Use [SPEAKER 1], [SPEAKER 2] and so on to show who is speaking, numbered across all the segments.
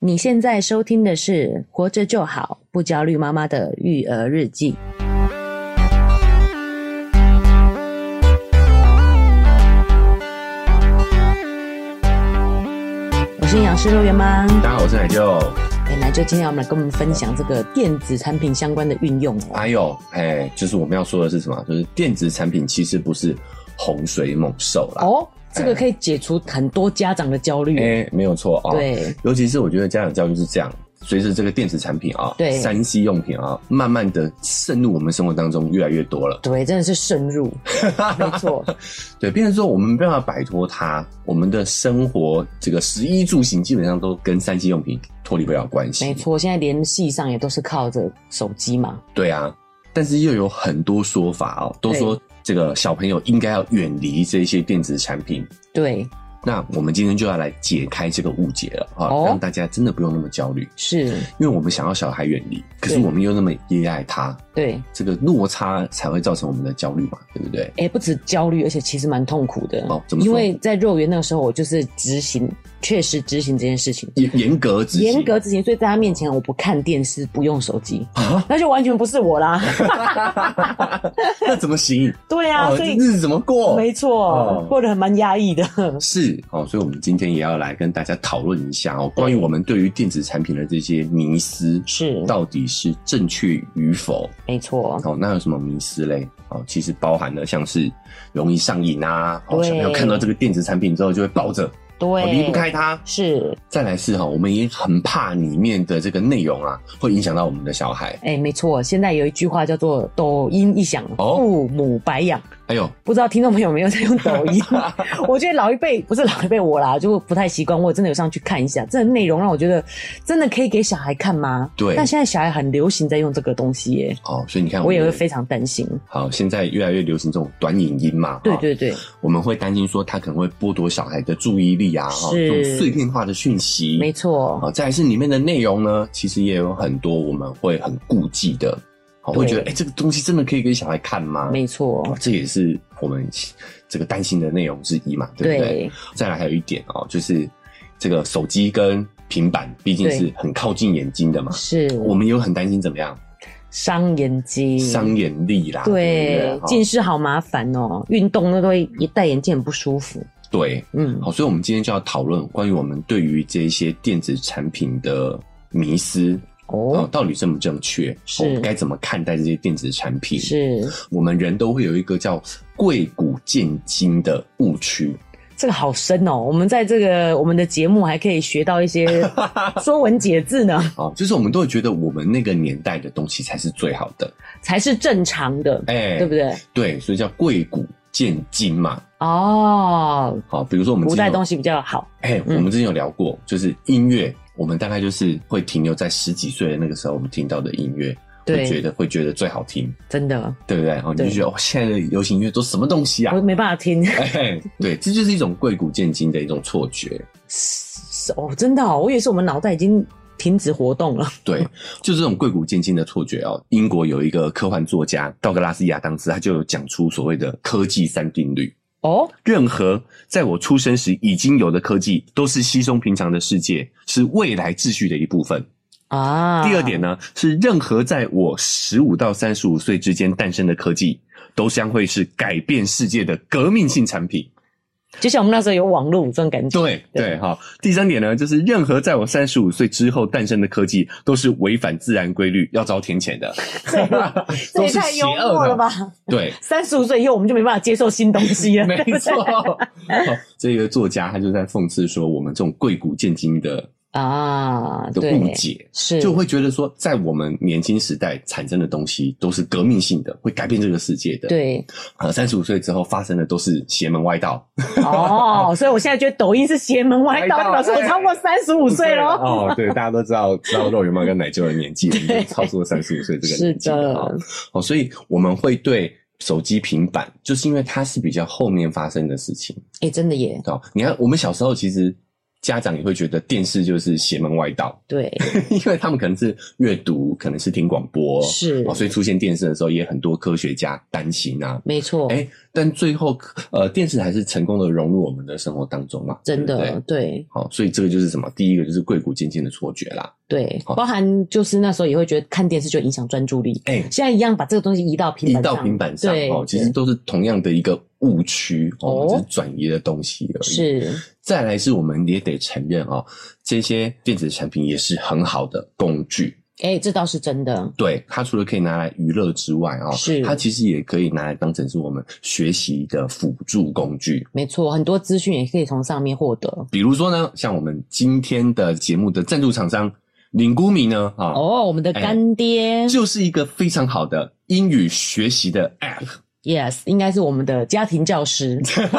[SPEAKER 1] 你现在收听的是《活着就好，不焦虑妈妈的育儿日记》。我是营养师肉圆妈，
[SPEAKER 2] 大家好，我是奶舅。
[SPEAKER 1] 哎，奶就今天要来跟我们分享这个电子产品相关的运用哦。
[SPEAKER 2] 还有，哎，就是我们要说的是什么？就是电子产品其实不是洪水猛兽啦。
[SPEAKER 1] 哦，这个可以解除很多家长的焦虑。
[SPEAKER 2] 哎、没有错啊、哦。，
[SPEAKER 1] 对，
[SPEAKER 2] 尤其是我觉得家长教育是这样，随着这个电子产品啊、
[SPEAKER 1] 对
[SPEAKER 2] 三 C 用品啊、慢慢的渗入我们生活当中越来越多了。
[SPEAKER 1] 对，真的是深入，没错，
[SPEAKER 2] 对，变成说我们没办法摆脱它，我们的生活这个食衣住行基本上都跟三 C 用品脱离不了关系。
[SPEAKER 1] 没错。现在联系上也都是靠着手机嘛。
[SPEAKER 2] 对啊，但是又有很多说法哦，都
[SPEAKER 1] 对
[SPEAKER 2] 说这个小朋友应该要远离这些电子产品。
[SPEAKER 1] 对，
[SPEAKER 2] 那我们今天就要来解开这个误解了啊，
[SPEAKER 1] 哦
[SPEAKER 2] 让大家真的不用那么焦虑，
[SPEAKER 1] 是，
[SPEAKER 2] 因为我们想要小孩远离，可是
[SPEAKER 1] 对
[SPEAKER 2] 我们又那么依赖他，
[SPEAKER 1] 对。
[SPEAKER 2] 这个落差才会造成我们的焦虑嘛，对不对？
[SPEAKER 1] 哎、不止焦虑，而且其实蛮痛苦的。
[SPEAKER 2] 哦怎么说
[SPEAKER 1] 因为在肉圆那个时候，我就是执行，确实执行这件事情，
[SPEAKER 2] 严严格执行，
[SPEAKER 1] 严格执行，所以在他面前我不看电视，不用手机，
[SPEAKER 2] 啊，
[SPEAKER 1] 那就完全不是我 啦。
[SPEAKER 2] 那怎么行？
[SPEAKER 1] 对啊，
[SPEAKER 2] 哦，
[SPEAKER 1] 所
[SPEAKER 2] 这
[SPEAKER 1] 以
[SPEAKER 2] 日子怎么过？
[SPEAKER 1] 没错，
[SPEAKER 2] 哦
[SPEAKER 1] 过得很蛮压抑的。
[SPEAKER 2] 是哦，所以我们今天也要来跟大家讨论一下哦，关于我们对于电子产品的这些迷思，
[SPEAKER 1] 是
[SPEAKER 2] 到底是正确与否？
[SPEAKER 1] 没错，
[SPEAKER 2] 哦，那有什么迷思嘞？哦，其实包含了像是容易上瘾啊，哦，
[SPEAKER 1] 对
[SPEAKER 2] 小朋友看到这个电子产品之后就会抱着，哦
[SPEAKER 1] 对，
[SPEAKER 2] 离不开它。
[SPEAKER 1] 是。
[SPEAKER 2] 再来是哈、我们也很怕里面的这个内容啊，会影响到我们的小孩。
[SPEAKER 1] 哎、没错，现在有一句话叫做“抖音一响，
[SPEAKER 2] 哦
[SPEAKER 1] 父母百养”，
[SPEAKER 2] 哎呦，
[SPEAKER 1] 不知道听众朋友有没有在用抖 音？我觉得老一辈不是老一辈我啦，就不太习惯。我真的有上去看一下，这内容让我觉得真的可以给小孩看吗？
[SPEAKER 2] 对
[SPEAKER 1] 但现在小孩很流行在用这个东西耶，
[SPEAKER 2] 哦，所以你看
[SPEAKER 1] 我也会
[SPEAKER 2] 们
[SPEAKER 1] 非常担心。
[SPEAKER 2] 好，现在越来越流行这种短影音嘛，
[SPEAKER 1] 对
[SPEAKER 2] 哦
[SPEAKER 1] 对对，
[SPEAKER 2] 我们会担心说他可能会剥夺小孩的注意力啊，哈，
[SPEAKER 1] 是
[SPEAKER 2] 这种碎片化的讯息，哦
[SPEAKER 1] 没错，
[SPEAKER 2] 好，再来是里面的内容呢，其实也有很多我们会很顾忌的，好，会
[SPEAKER 1] 对
[SPEAKER 2] 觉得哎、诶这个东西真的可以给小孩看吗？
[SPEAKER 1] 没错，
[SPEAKER 2] 哦，这也是我们这个担心的内容之一嘛，对不对？
[SPEAKER 1] 对
[SPEAKER 2] 再来还有一点哦，就是这个手机跟平板毕竟
[SPEAKER 1] 对
[SPEAKER 2] 是很靠近眼睛的嘛，
[SPEAKER 1] 是
[SPEAKER 2] 我们有很担心怎么样
[SPEAKER 1] 伤眼睛，
[SPEAKER 2] 伤眼力啦，对
[SPEAKER 1] 嗯对
[SPEAKER 2] 不对
[SPEAKER 1] 近
[SPEAKER 2] 哦
[SPEAKER 1] 视好麻烦哦，运动那都会一戴眼镜很不舒服。
[SPEAKER 2] 对，
[SPEAKER 1] 嗯，
[SPEAKER 2] 好，所以我们今天就要讨论关于我们对于这一些电子产品的迷思。哦
[SPEAKER 1] 哦，，
[SPEAKER 2] 到底正不正确？
[SPEAKER 1] 是
[SPEAKER 2] 哦该怎么看待这些电子产品？
[SPEAKER 1] 是
[SPEAKER 2] 我们人都会有一个叫贵古见今的误区。
[SPEAKER 1] 这个好深哦，我们在这个我们的节目还可以学到一 些《说文解字》呢。
[SPEAKER 2] 哦，就是我们都会觉得我们那个年代的东西才是最好的，
[SPEAKER 1] 才是正常的，
[SPEAKER 2] 哎、
[SPEAKER 1] 对不对？
[SPEAKER 2] 对，所以叫贵古见今嘛。
[SPEAKER 1] 哦，
[SPEAKER 2] 好、比如说我们
[SPEAKER 1] 古
[SPEAKER 2] 之前
[SPEAKER 1] 代
[SPEAKER 2] 有
[SPEAKER 1] 东，西比嗯较好，
[SPEAKER 2] 哎、我们之前有聊过，就是音乐，我们大概就是会停留在十几岁的那个时候，我们听到的音乐，会觉
[SPEAKER 1] 对，
[SPEAKER 2] 得会觉得最好听，
[SPEAKER 1] 真的，
[SPEAKER 2] 对不对？哦，你
[SPEAKER 1] 对
[SPEAKER 2] 就觉得哦，现在的流行音乐都什么东西啊
[SPEAKER 1] 我？没办法听。
[SPEAKER 2] 哎，对，这就是一种贵古见今的一种错觉。
[SPEAKER 1] 哦，真的、哦，我以为是我们脑袋已经停止活动了。
[SPEAKER 2] 对，就这种贵古见今的错觉哦。英国有一个科幻作家道格拉斯·亚当斯，他就有讲出所谓的科技三定律：
[SPEAKER 1] 哦，
[SPEAKER 2] 任何在我出生时已经有的科技，都是稀松平常的世界，是未来秩序的一部分。
[SPEAKER 1] 啊，
[SPEAKER 2] 第二点，呢，是任何在我十五到三十五岁之间诞生的科技，都将会是改变世界的革命性产品。
[SPEAKER 1] 就像我们那时候有网络这种感觉，
[SPEAKER 2] 对
[SPEAKER 1] 对
[SPEAKER 2] 对，哈。第三点呢，就是任何在我三十五岁之后诞生的科技，都是违反自然规律，要遭天谴 的，
[SPEAKER 1] 这
[SPEAKER 2] 都
[SPEAKER 1] 也
[SPEAKER 2] 是
[SPEAKER 1] 太
[SPEAKER 2] 邪
[SPEAKER 1] 幽
[SPEAKER 2] 恶
[SPEAKER 1] 默了
[SPEAKER 2] 的。
[SPEAKER 1] 吧？
[SPEAKER 2] 对，
[SPEAKER 1] 三十五岁以后我们就没办法接受新东西了，
[SPEAKER 2] 没
[SPEAKER 1] 对不对
[SPEAKER 2] 错。哦这个作家他就在讽刺说，我们这种贵古见今的
[SPEAKER 1] 啊，
[SPEAKER 2] 的
[SPEAKER 1] 对嗯
[SPEAKER 2] 误，解。
[SPEAKER 1] 是
[SPEAKER 2] 就会觉得说，在我们年轻时代产生的东西都是革命性的，会改变这个世界的。，
[SPEAKER 1] 对
[SPEAKER 2] 呃，三十五岁之后发生的都是邪门歪道，
[SPEAKER 1] 哦，所以我现在觉得抖音是邪门歪道，
[SPEAKER 2] 歪
[SPEAKER 1] 就
[SPEAKER 2] 道
[SPEAKER 1] 表示我超过三十五岁喽。
[SPEAKER 2] 哦，对，大家都知道，知道肉圆妈跟奶舅的年纪已经超出了三十五岁这个
[SPEAKER 1] 是
[SPEAKER 2] 年纪了
[SPEAKER 1] 的
[SPEAKER 2] 哦，哦，所以我们会对手机、平板，就是因为它是比较后面发生的事情
[SPEAKER 1] 哎、真的耶，
[SPEAKER 2] 哦。你看，我们小时候其实。家长也会觉得电视就是邪门外道，
[SPEAKER 1] 对，
[SPEAKER 2] 因为他们可能是阅读，可能是听广播，
[SPEAKER 1] 是
[SPEAKER 2] 哦，所以出现电视的时候，也很多科学家担心啊。
[SPEAKER 1] 没错，
[SPEAKER 2] 哎，但最后，呃，电视还是成功的融入我们的生活当中嘛，
[SPEAKER 1] 真
[SPEAKER 2] 对不
[SPEAKER 1] 的
[SPEAKER 2] 对
[SPEAKER 1] 对
[SPEAKER 2] 好、所以这个就是什么？第一个就是贵骨精进的错觉啦。
[SPEAKER 1] 对，
[SPEAKER 2] 好
[SPEAKER 1] 包含就是那时候也会觉得看电视就影响专注力，
[SPEAKER 2] 哎，
[SPEAKER 1] 现在一样把这个东西移到平
[SPEAKER 2] 移
[SPEAKER 1] 板
[SPEAKER 2] 到
[SPEAKER 1] 上，
[SPEAKER 2] 平板上
[SPEAKER 1] 对
[SPEAKER 2] 哦，其实
[SPEAKER 1] 对
[SPEAKER 2] 都是同样的一个误区哦，
[SPEAKER 1] 哦
[SPEAKER 2] 只是转移的东西而已。，
[SPEAKER 1] 是
[SPEAKER 2] 再来是我们也得承认哦，这些电子产品也是很好的工具。
[SPEAKER 1] 哎、这倒是真的，
[SPEAKER 2] 对，它除了可以拿来娱乐之外哦，
[SPEAKER 1] 是
[SPEAKER 2] 它其实也可以拿来当成是我们学习的辅助工具。
[SPEAKER 1] 没错，很多资讯也可以从上面获得。
[SPEAKER 2] 比如说呢，像我们今天的节目的赞助厂商领谷米呢，啊、
[SPEAKER 1] 哦，我们的干爹、
[SPEAKER 2] 就是一个非常好的英语学习的 App。
[SPEAKER 1] y e s 应该是我们的家庭教 师，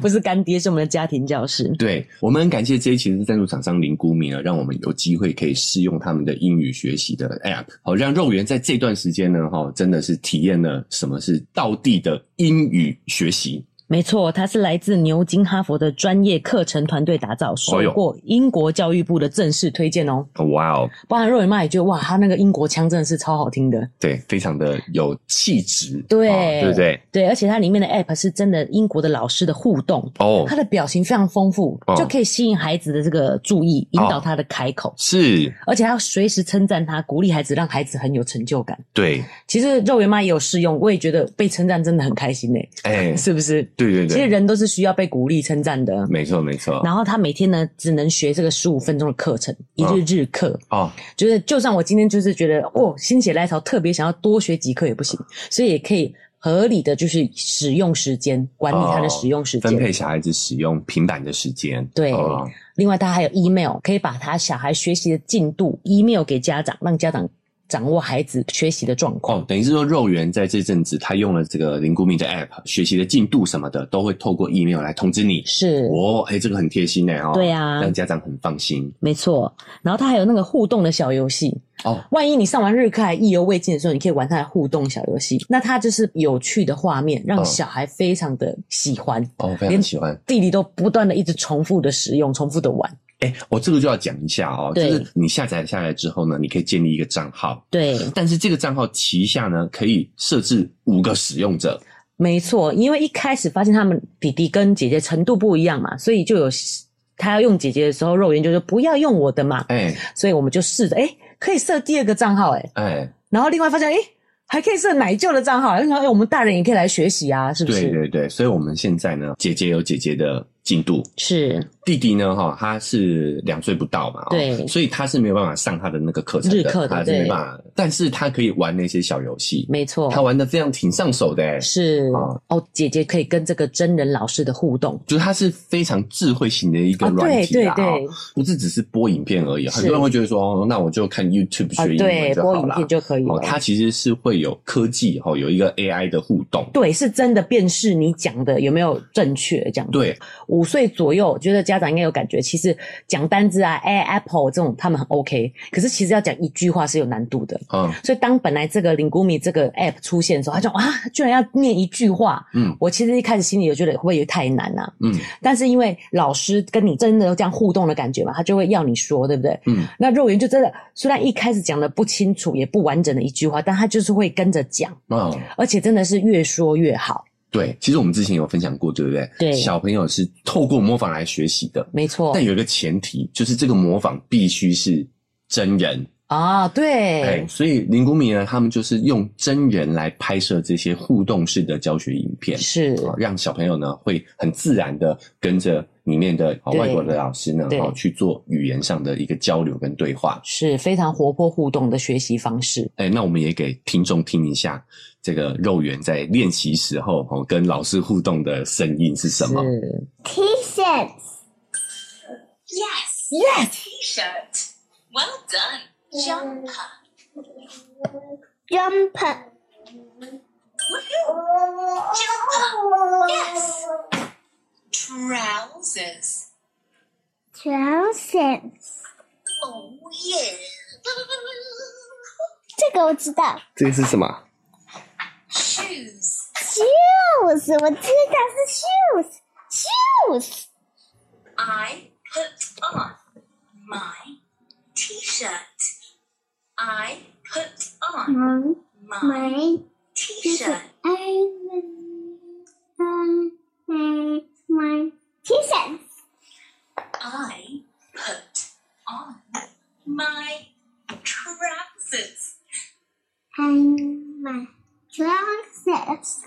[SPEAKER 1] 不是干爹，是我们的家庭教师。
[SPEAKER 2] 对我们很感谢这一期的赞助厂商林姑米呢，让我们有机会可以试用他们的英语学习的 App，好让肉圆在这段时间呢，哈、真的是体验了什么是道地的英语学习。
[SPEAKER 1] 没错，它是来自牛津、哈佛的专业课程团队打造，受
[SPEAKER 2] 哦哟
[SPEAKER 1] 过英国教育部的正式推荐哦。
[SPEAKER 2] 哇哦，
[SPEAKER 1] 包含若雨妈也觉得哇，她那个英国腔真的是超好听的。
[SPEAKER 2] 对，非常的有气质，
[SPEAKER 1] 对
[SPEAKER 2] 哦对不对？
[SPEAKER 1] 对，而且它里面的 app 是真的英国的老师的互动，
[SPEAKER 2] 哦
[SPEAKER 1] 它，的表情非常丰富，
[SPEAKER 2] 哦
[SPEAKER 1] 就可以吸引孩子的这个注意，引
[SPEAKER 2] 哦
[SPEAKER 1] 导他的开口，
[SPEAKER 2] 是，
[SPEAKER 1] 而且还要随时称赞他，鼓励孩子，让孩子很有成就感。
[SPEAKER 2] 对，
[SPEAKER 1] 其实肉圆妈也有试用，我也觉得被称赞真的很开心诶、
[SPEAKER 2] 哎、
[SPEAKER 1] 是不是？
[SPEAKER 2] 对对
[SPEAKER 1] 其实
[SPEAKER 2] 对，
[SPEAKER 1] 人都是需要被鼓励、称赞的。
[SPEAKER 2] 没错没错。
[SPEAKER 1] 然后他每天呢，只能学这个十五分钟的课程，一日日课。
[SPEAKER 2] 哦，
[SPEAKER 1] 就是，就算我今天就是觉得哦，心血来潮，特别想要多学几课也不行，所以也可以合理的就是使用时间，管理他的使用时间。
[SPEAKER 2] 分配小孩子使用平板的时间，
[SPEAKER 1] 对
[SPEAKER 2] 哦
[SPEAKER 1] 另外，他还有 email，可以把他小孩学习的进度 email 给家长，让家长掌握孩子学习的状况。
[SPEAKER 2] 哦，等于是说肉圆在这阵子，他用了这个灵谷米的 app，学习的进度什么的，都会透过 email 来通知你。
[SPEAKER 1] 是，
[SPEAKER 2] 哦，哎、这个很贴心哎、哦，
[SPEAKER 1] 对啊
[SPEAKER 2] 让家长很放心
[SPEAKER 1] 没错。然后他还有那个互动的小游戏，
[SPEAKER 2] 哦。
[SPEAKER 1] 万一你上完日课还意犹未尽的时候，你可以玩它的互动小游戏。那它就是有趣的画面，让小孩非常的喜欢，
[SPEAKER 2] 哦，非常
[SPEAKER 1] 连
[SPEAKER 2] 喜欢。
[SPEAKER 1] 弟弟都不断的一直重复的使用，重复的玩。
[SPEAKER 2] 哎、我、这个就要讲一下哦，就
[SPEAKER 1] 对
[SPEAKER 2] 是你下载下来之后呢，你可以建立一个账号，
[SPEAKER 1] 对，
[SPEAKER 2] 但是这个账号旗下呢可以设置五个使用者。
[SPEAKER 1] 没错，因为一开始发现他们弟弟跟姐姐程度不一样嘛，所以就有他要用姐姐的时候，肉圆就说不要用我的嘛，
[SPEAKER 2] 哎、
[SPEAKER 1] 所以我们就试着哎、诶可以设第二个账号哎、诶
[SPEAKER 2] 哎、
[SPEAKER 1] 然后另外发现哎、诶还可以设奶舅的账号，然后哎、诶我们大人也可以来学习啊，是不
[SPEAKER 2] 对
[SPEAKER 1] 是？
[SPEAKER 2] 对对，所以我们现在呢，姐姐有姐姐的进度，
[SPEAKER 1] 是
[SPEAKER 2] 弟弟呢，哈，他是两岁不到嘛，哦
[SPEAKER 1] 对
[SPEAKER 2] 所以他是没有办法上他的那个课程的，
[SPEAKER 1] 日课的
[SPEAKER 2] 他是没
[SPEAKER 1] 对哦
[SPEAKER 2] 办法，但是他可以玩那些小游戏，
[SPEAKER 1] 没错，
[SPEAKER 2] 他玩的非常挺上手的、欸，
[SPEAKER 1] 是
[SPEAKER 2] 啊
[SPEAKER 1] 哦，姐姐可以跟这个真人老师的互动。
[SPEAKER 2] 就是他是非常智慧型的一个
[SPEAKER 1] 啊，
[SPEAKER 2] 软
[SPEAKER 1] 对
[SPEAKER 2] 体
[SPEAKER 1] 对
[SPEAKER 2] 啦，
[SPEAKER 1] 对
[SPEAKER 2] 哦，不是只是播影片而已，
[SPEAKER 1] 是
[SPEAKER 2] 很多人会觉得说，哦，那我就看 YouTube
[SPEAKER 1] 啊
[SPEAKER 2] 哦学英文
[SPEAKER 1] 对，
[SPEAKER 2] 就
[SPEAKER 1] 播
[SPEAKER 2] 好
[SPEAKER 1] 影
[SPEAKER 2] 啦。
[SPEAKER 1] 片就可以
[SPEAKER 2] 哦
[SPEAKER 1] 了，。
[SPEAKER 2] 它其实是会有科技哦，有一个 AI 的互动，
[SPEAKER 1] 对，是真的辨识你讲的有没有正确这样子。
[SPEAKER 2] 对，
[SPEAKER 1] 五岁左右，我觉得家长应该有感觉。其实讲单字啊，哎，apple 这种他们很 OK，可是其实要讲一句话是有难度的。
[SPEAKER 2] 嗯
[SPEAKER 1] 所以当本来这个林谷米这个 app 出现的时候，他就啊，居然要念一句话。
[SPEAKER 2] 嗯
[SPEAKER 1] 我其实一开始心里也觉得会不会有点太难啊？
[SPEAKER 2] 嗯
[SPEAKER 1] 但是因为老师跟你真的有这样互动的感觉嘛，他就会要你说，对不对？
[SPEAKER 2] 嗯，
[SPEAKER 1] 那肉圆就真的，虽然一开始讲的不清楚，也不完整的一句话，但他就是会跟着讲，
[SPEAKER 2] 嗯，
[SPEAKER 1] 而且真的是越说越好。
[SPEAKER 2] 对，其实我们之前有分享过，对不对？
[SPEAKER 1] 对
[SPEAKER 2] 小朋友是透过模仿来学习的，
[SPEAKER 1] 没错
[SPEAKER 2] 但有一个前提，就是这个模仿必须是真人。
[SPEAKER 1] 啊，对，
[SPEAKER 2] 哎、所以林谷米呢，他们就是用真人来拍摄这些互动式的教学影片，
[SPEAKER 1] 是
[SPEAKER 2] 啊让小朋友呢会很自然的跟着里面的、啊
[SPEAKER 1] 对
[SPEAKER 2] 外国的老师呢，
[SPEAKER 1] 对
[SPEAKER 2] 啊去做语言上的一个交流跟对话。
[SPEAKER 1] 是非常活泼互动的学习方式。
[SPEAKER 2] 哎、那我们也给听众听一下这个肉圆在练习时候哦跟老师互动的声音是
[SPEAKER 1] 哦
[SPEAKER 2] 什么？
[SPEAKER 1] 是
[SPEAKER 3] T-shirts.
[SPEAKER 4] Yes.
[SPEAKER 3] Yes.
[SPEAKER 4] T-shirt. Well done. Jumper.
[SPEAKER 3] Jumper.
[SPEAKER 4] Woohoo.
[SPEAKER 3] Jumper.
[SPEAKER 4] Yes. Trousers.
[SPEAKER 3] Trousers.
[SPEAKER 4] Oh yeah.
[SPEAKER 3] 这个我知道
[SPEAKER 2] 这个是什么？
[SPEAKER 4] Shoes.
[SPEAKER 3] ，shoes，我知道是 shoes，shoes，
[SPEAKER 4] I put on my t shirt. I put on
[SPEAKER 3] on
[SPEAKER 4] my
[SPEAKER 3] Um, my
[SPEAKER 4] t
[SPEAKER 3] t-shirt.
[SPEAKER 4] shirt.
[SPEAKER 3] I on my my t-shirt.
[SPEAKER 4] I put on my trousers.
[SPEAKER 3] And my glasses.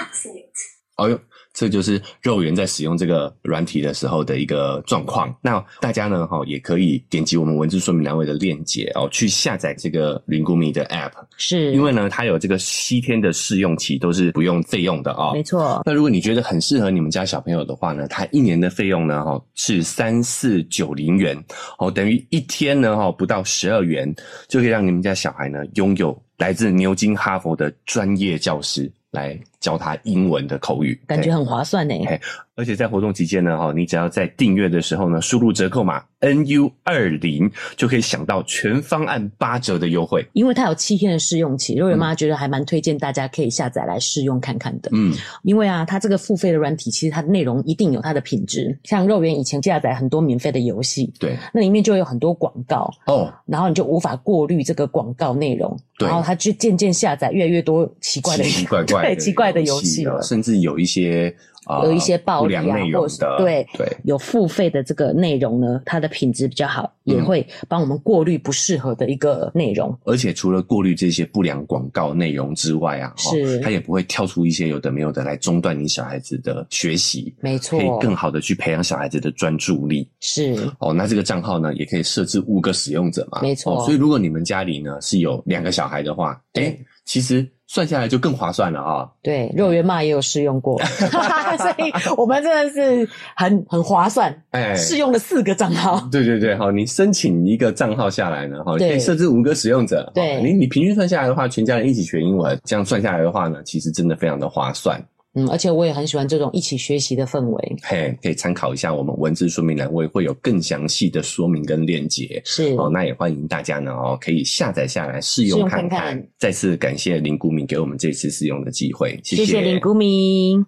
[SPEAKER 4] That's it.
[SPEAKER 2] 哦呦，这就是肉圆在使用这个软体的时候的一个状况。那大家呢，哈、也可以点击我们文字说明栏位的链接哦，去下载这个云谷米的 App，
[SPEAKER 1] 是
[SPEAKER 2] 因为呢，它有这个七天的试用期，都是不用费用的哦
[SPEAKER 1] 没。错，
[SPEAKER 2] 那如果你觉得很适合你们家小朋友的话呢，它一年的费用呢，哈、是三四九零元，哦，等于一天呢，哈、不到十二元，就可以让你们家小孩呢拥有来自牛津、哈佛的专业教师来教他英文的口语，
[SPEAKER 1] 感
[SPEAKER 2] 对
[SPEAKER 1] 觉很划算呢。
[SPEAKER 2] 哎而且在活动期间呢，哈，你只要在订阅的时候呢，输入折扣码 NU 二零，就可以享到全方案八折的优惠。
[SPEAKER 1] 因为它有七天的试用期，肉圆妈觉得还蛮推荐大家可以下载来试用看看的。
[SPEAKER 2] 嗯，
[SPEAKER 1] 因为啊，它这个付费的软体，其实它的内容一定有它的品质。像肉圆以前下载很多免费的游戏，
[SPEAKER 2] 对，
[SPEAKER 1] 那里面就有很多广告，
[SPEAKER 2] 哦，
[SPEAKER 1] 然后你就无法过滤这个广告内容，
[SPEAKER 2] 对
[SPEAKER 1] 然后它就渐渐下载越来越多奇怪的
[SPEAKER 2] 奇奇怪怪的
[SPEAKER 1] 对奇怪的游戏
[SPEAKER 2] 哦
[SPEAKER 1] 了。
[SPEAKER 2] 甚至有一些啊、
[SPEAKER 1] 有一些暴
[SPEAKER 2] 不
[SPEAKER 1] 力啊
[SPEAKER 2] 良内容
[SPEAKER 1] 或者
[SPEAKER 2] 的，
[SPEAKER 1] 是对
[SPEAKER 2] 对，
[SPEAKER 1] 有付费的这个内容呢，它的品质比较好，也
[SPEAKER 2] 嗯
[SPEAKER 1] 会帮我们过滤不适合的一个内容。
[SPEAKER 2] 而且除了过滤这些不良广告内容之外啊，哈
[SPEAKER 1] 是
[SPEAKER 2] 它也不会跳出一些有的没有的来中断你小孩子的学习，
[SPEAKER 1] 没错
[SPEAKER 2] 可以，更好的去培养小孩子的专注力。
[SPEAKER 1] 是
[SPEAKER 2] 哦，那这个账号呢，也可以设置五个使用者嘛，
[SPEAKER 1] 没错
[SPEAKER 2] 哦。所以如果你们家里呢是有两个小孩的话，
[SPEAKER 1] 对
[SPEAKER 2] 哎，其实算下来就更划算了啊、
[SPEAKER 1] 对，肉圆妈也有试用 过，所以我们真的是很很划算，
[SPEAKER 2] 哎，
[SPEAKER 1] 试用了四个账号。
[SPEAKER 2] 对对对，好，你申请一个账号下来呢，哈，
[SPEAKER 1] 对
[SPEAKER 2] 可以设置五个使用者，
[SPEAKER 1] 对
[SPEAKER 2] 哦你你平均算下来的话，全家人一起学英文，这样算下来的话呢，其实真的非常的划算，
[SPEAKER 1] 嗯，而且我也很喜欢这种一起学习的氛围。
[SPEAKER 2] 嘿，可以参考一下我们文字说明栏位会有更详细的说明跟链接。
[SPEAKER 1] 是，
[SPEAKER 2] 哦，那也欢迎大家呢哦，可以下载下来试
[SPEAKER 1] 试
[SPEAKER 2] 用
[SPEAKER 1] 用
[SPEAKER 2] 看
[SPEAKER 1] 看
[SPEAKER 2] 看。
[SPEAKER 1] 看
[SPEAKER 2] 再次感谢林顾明给我们这次试用的机会，谢
[SPEAKER 1] 谢谢林谷明。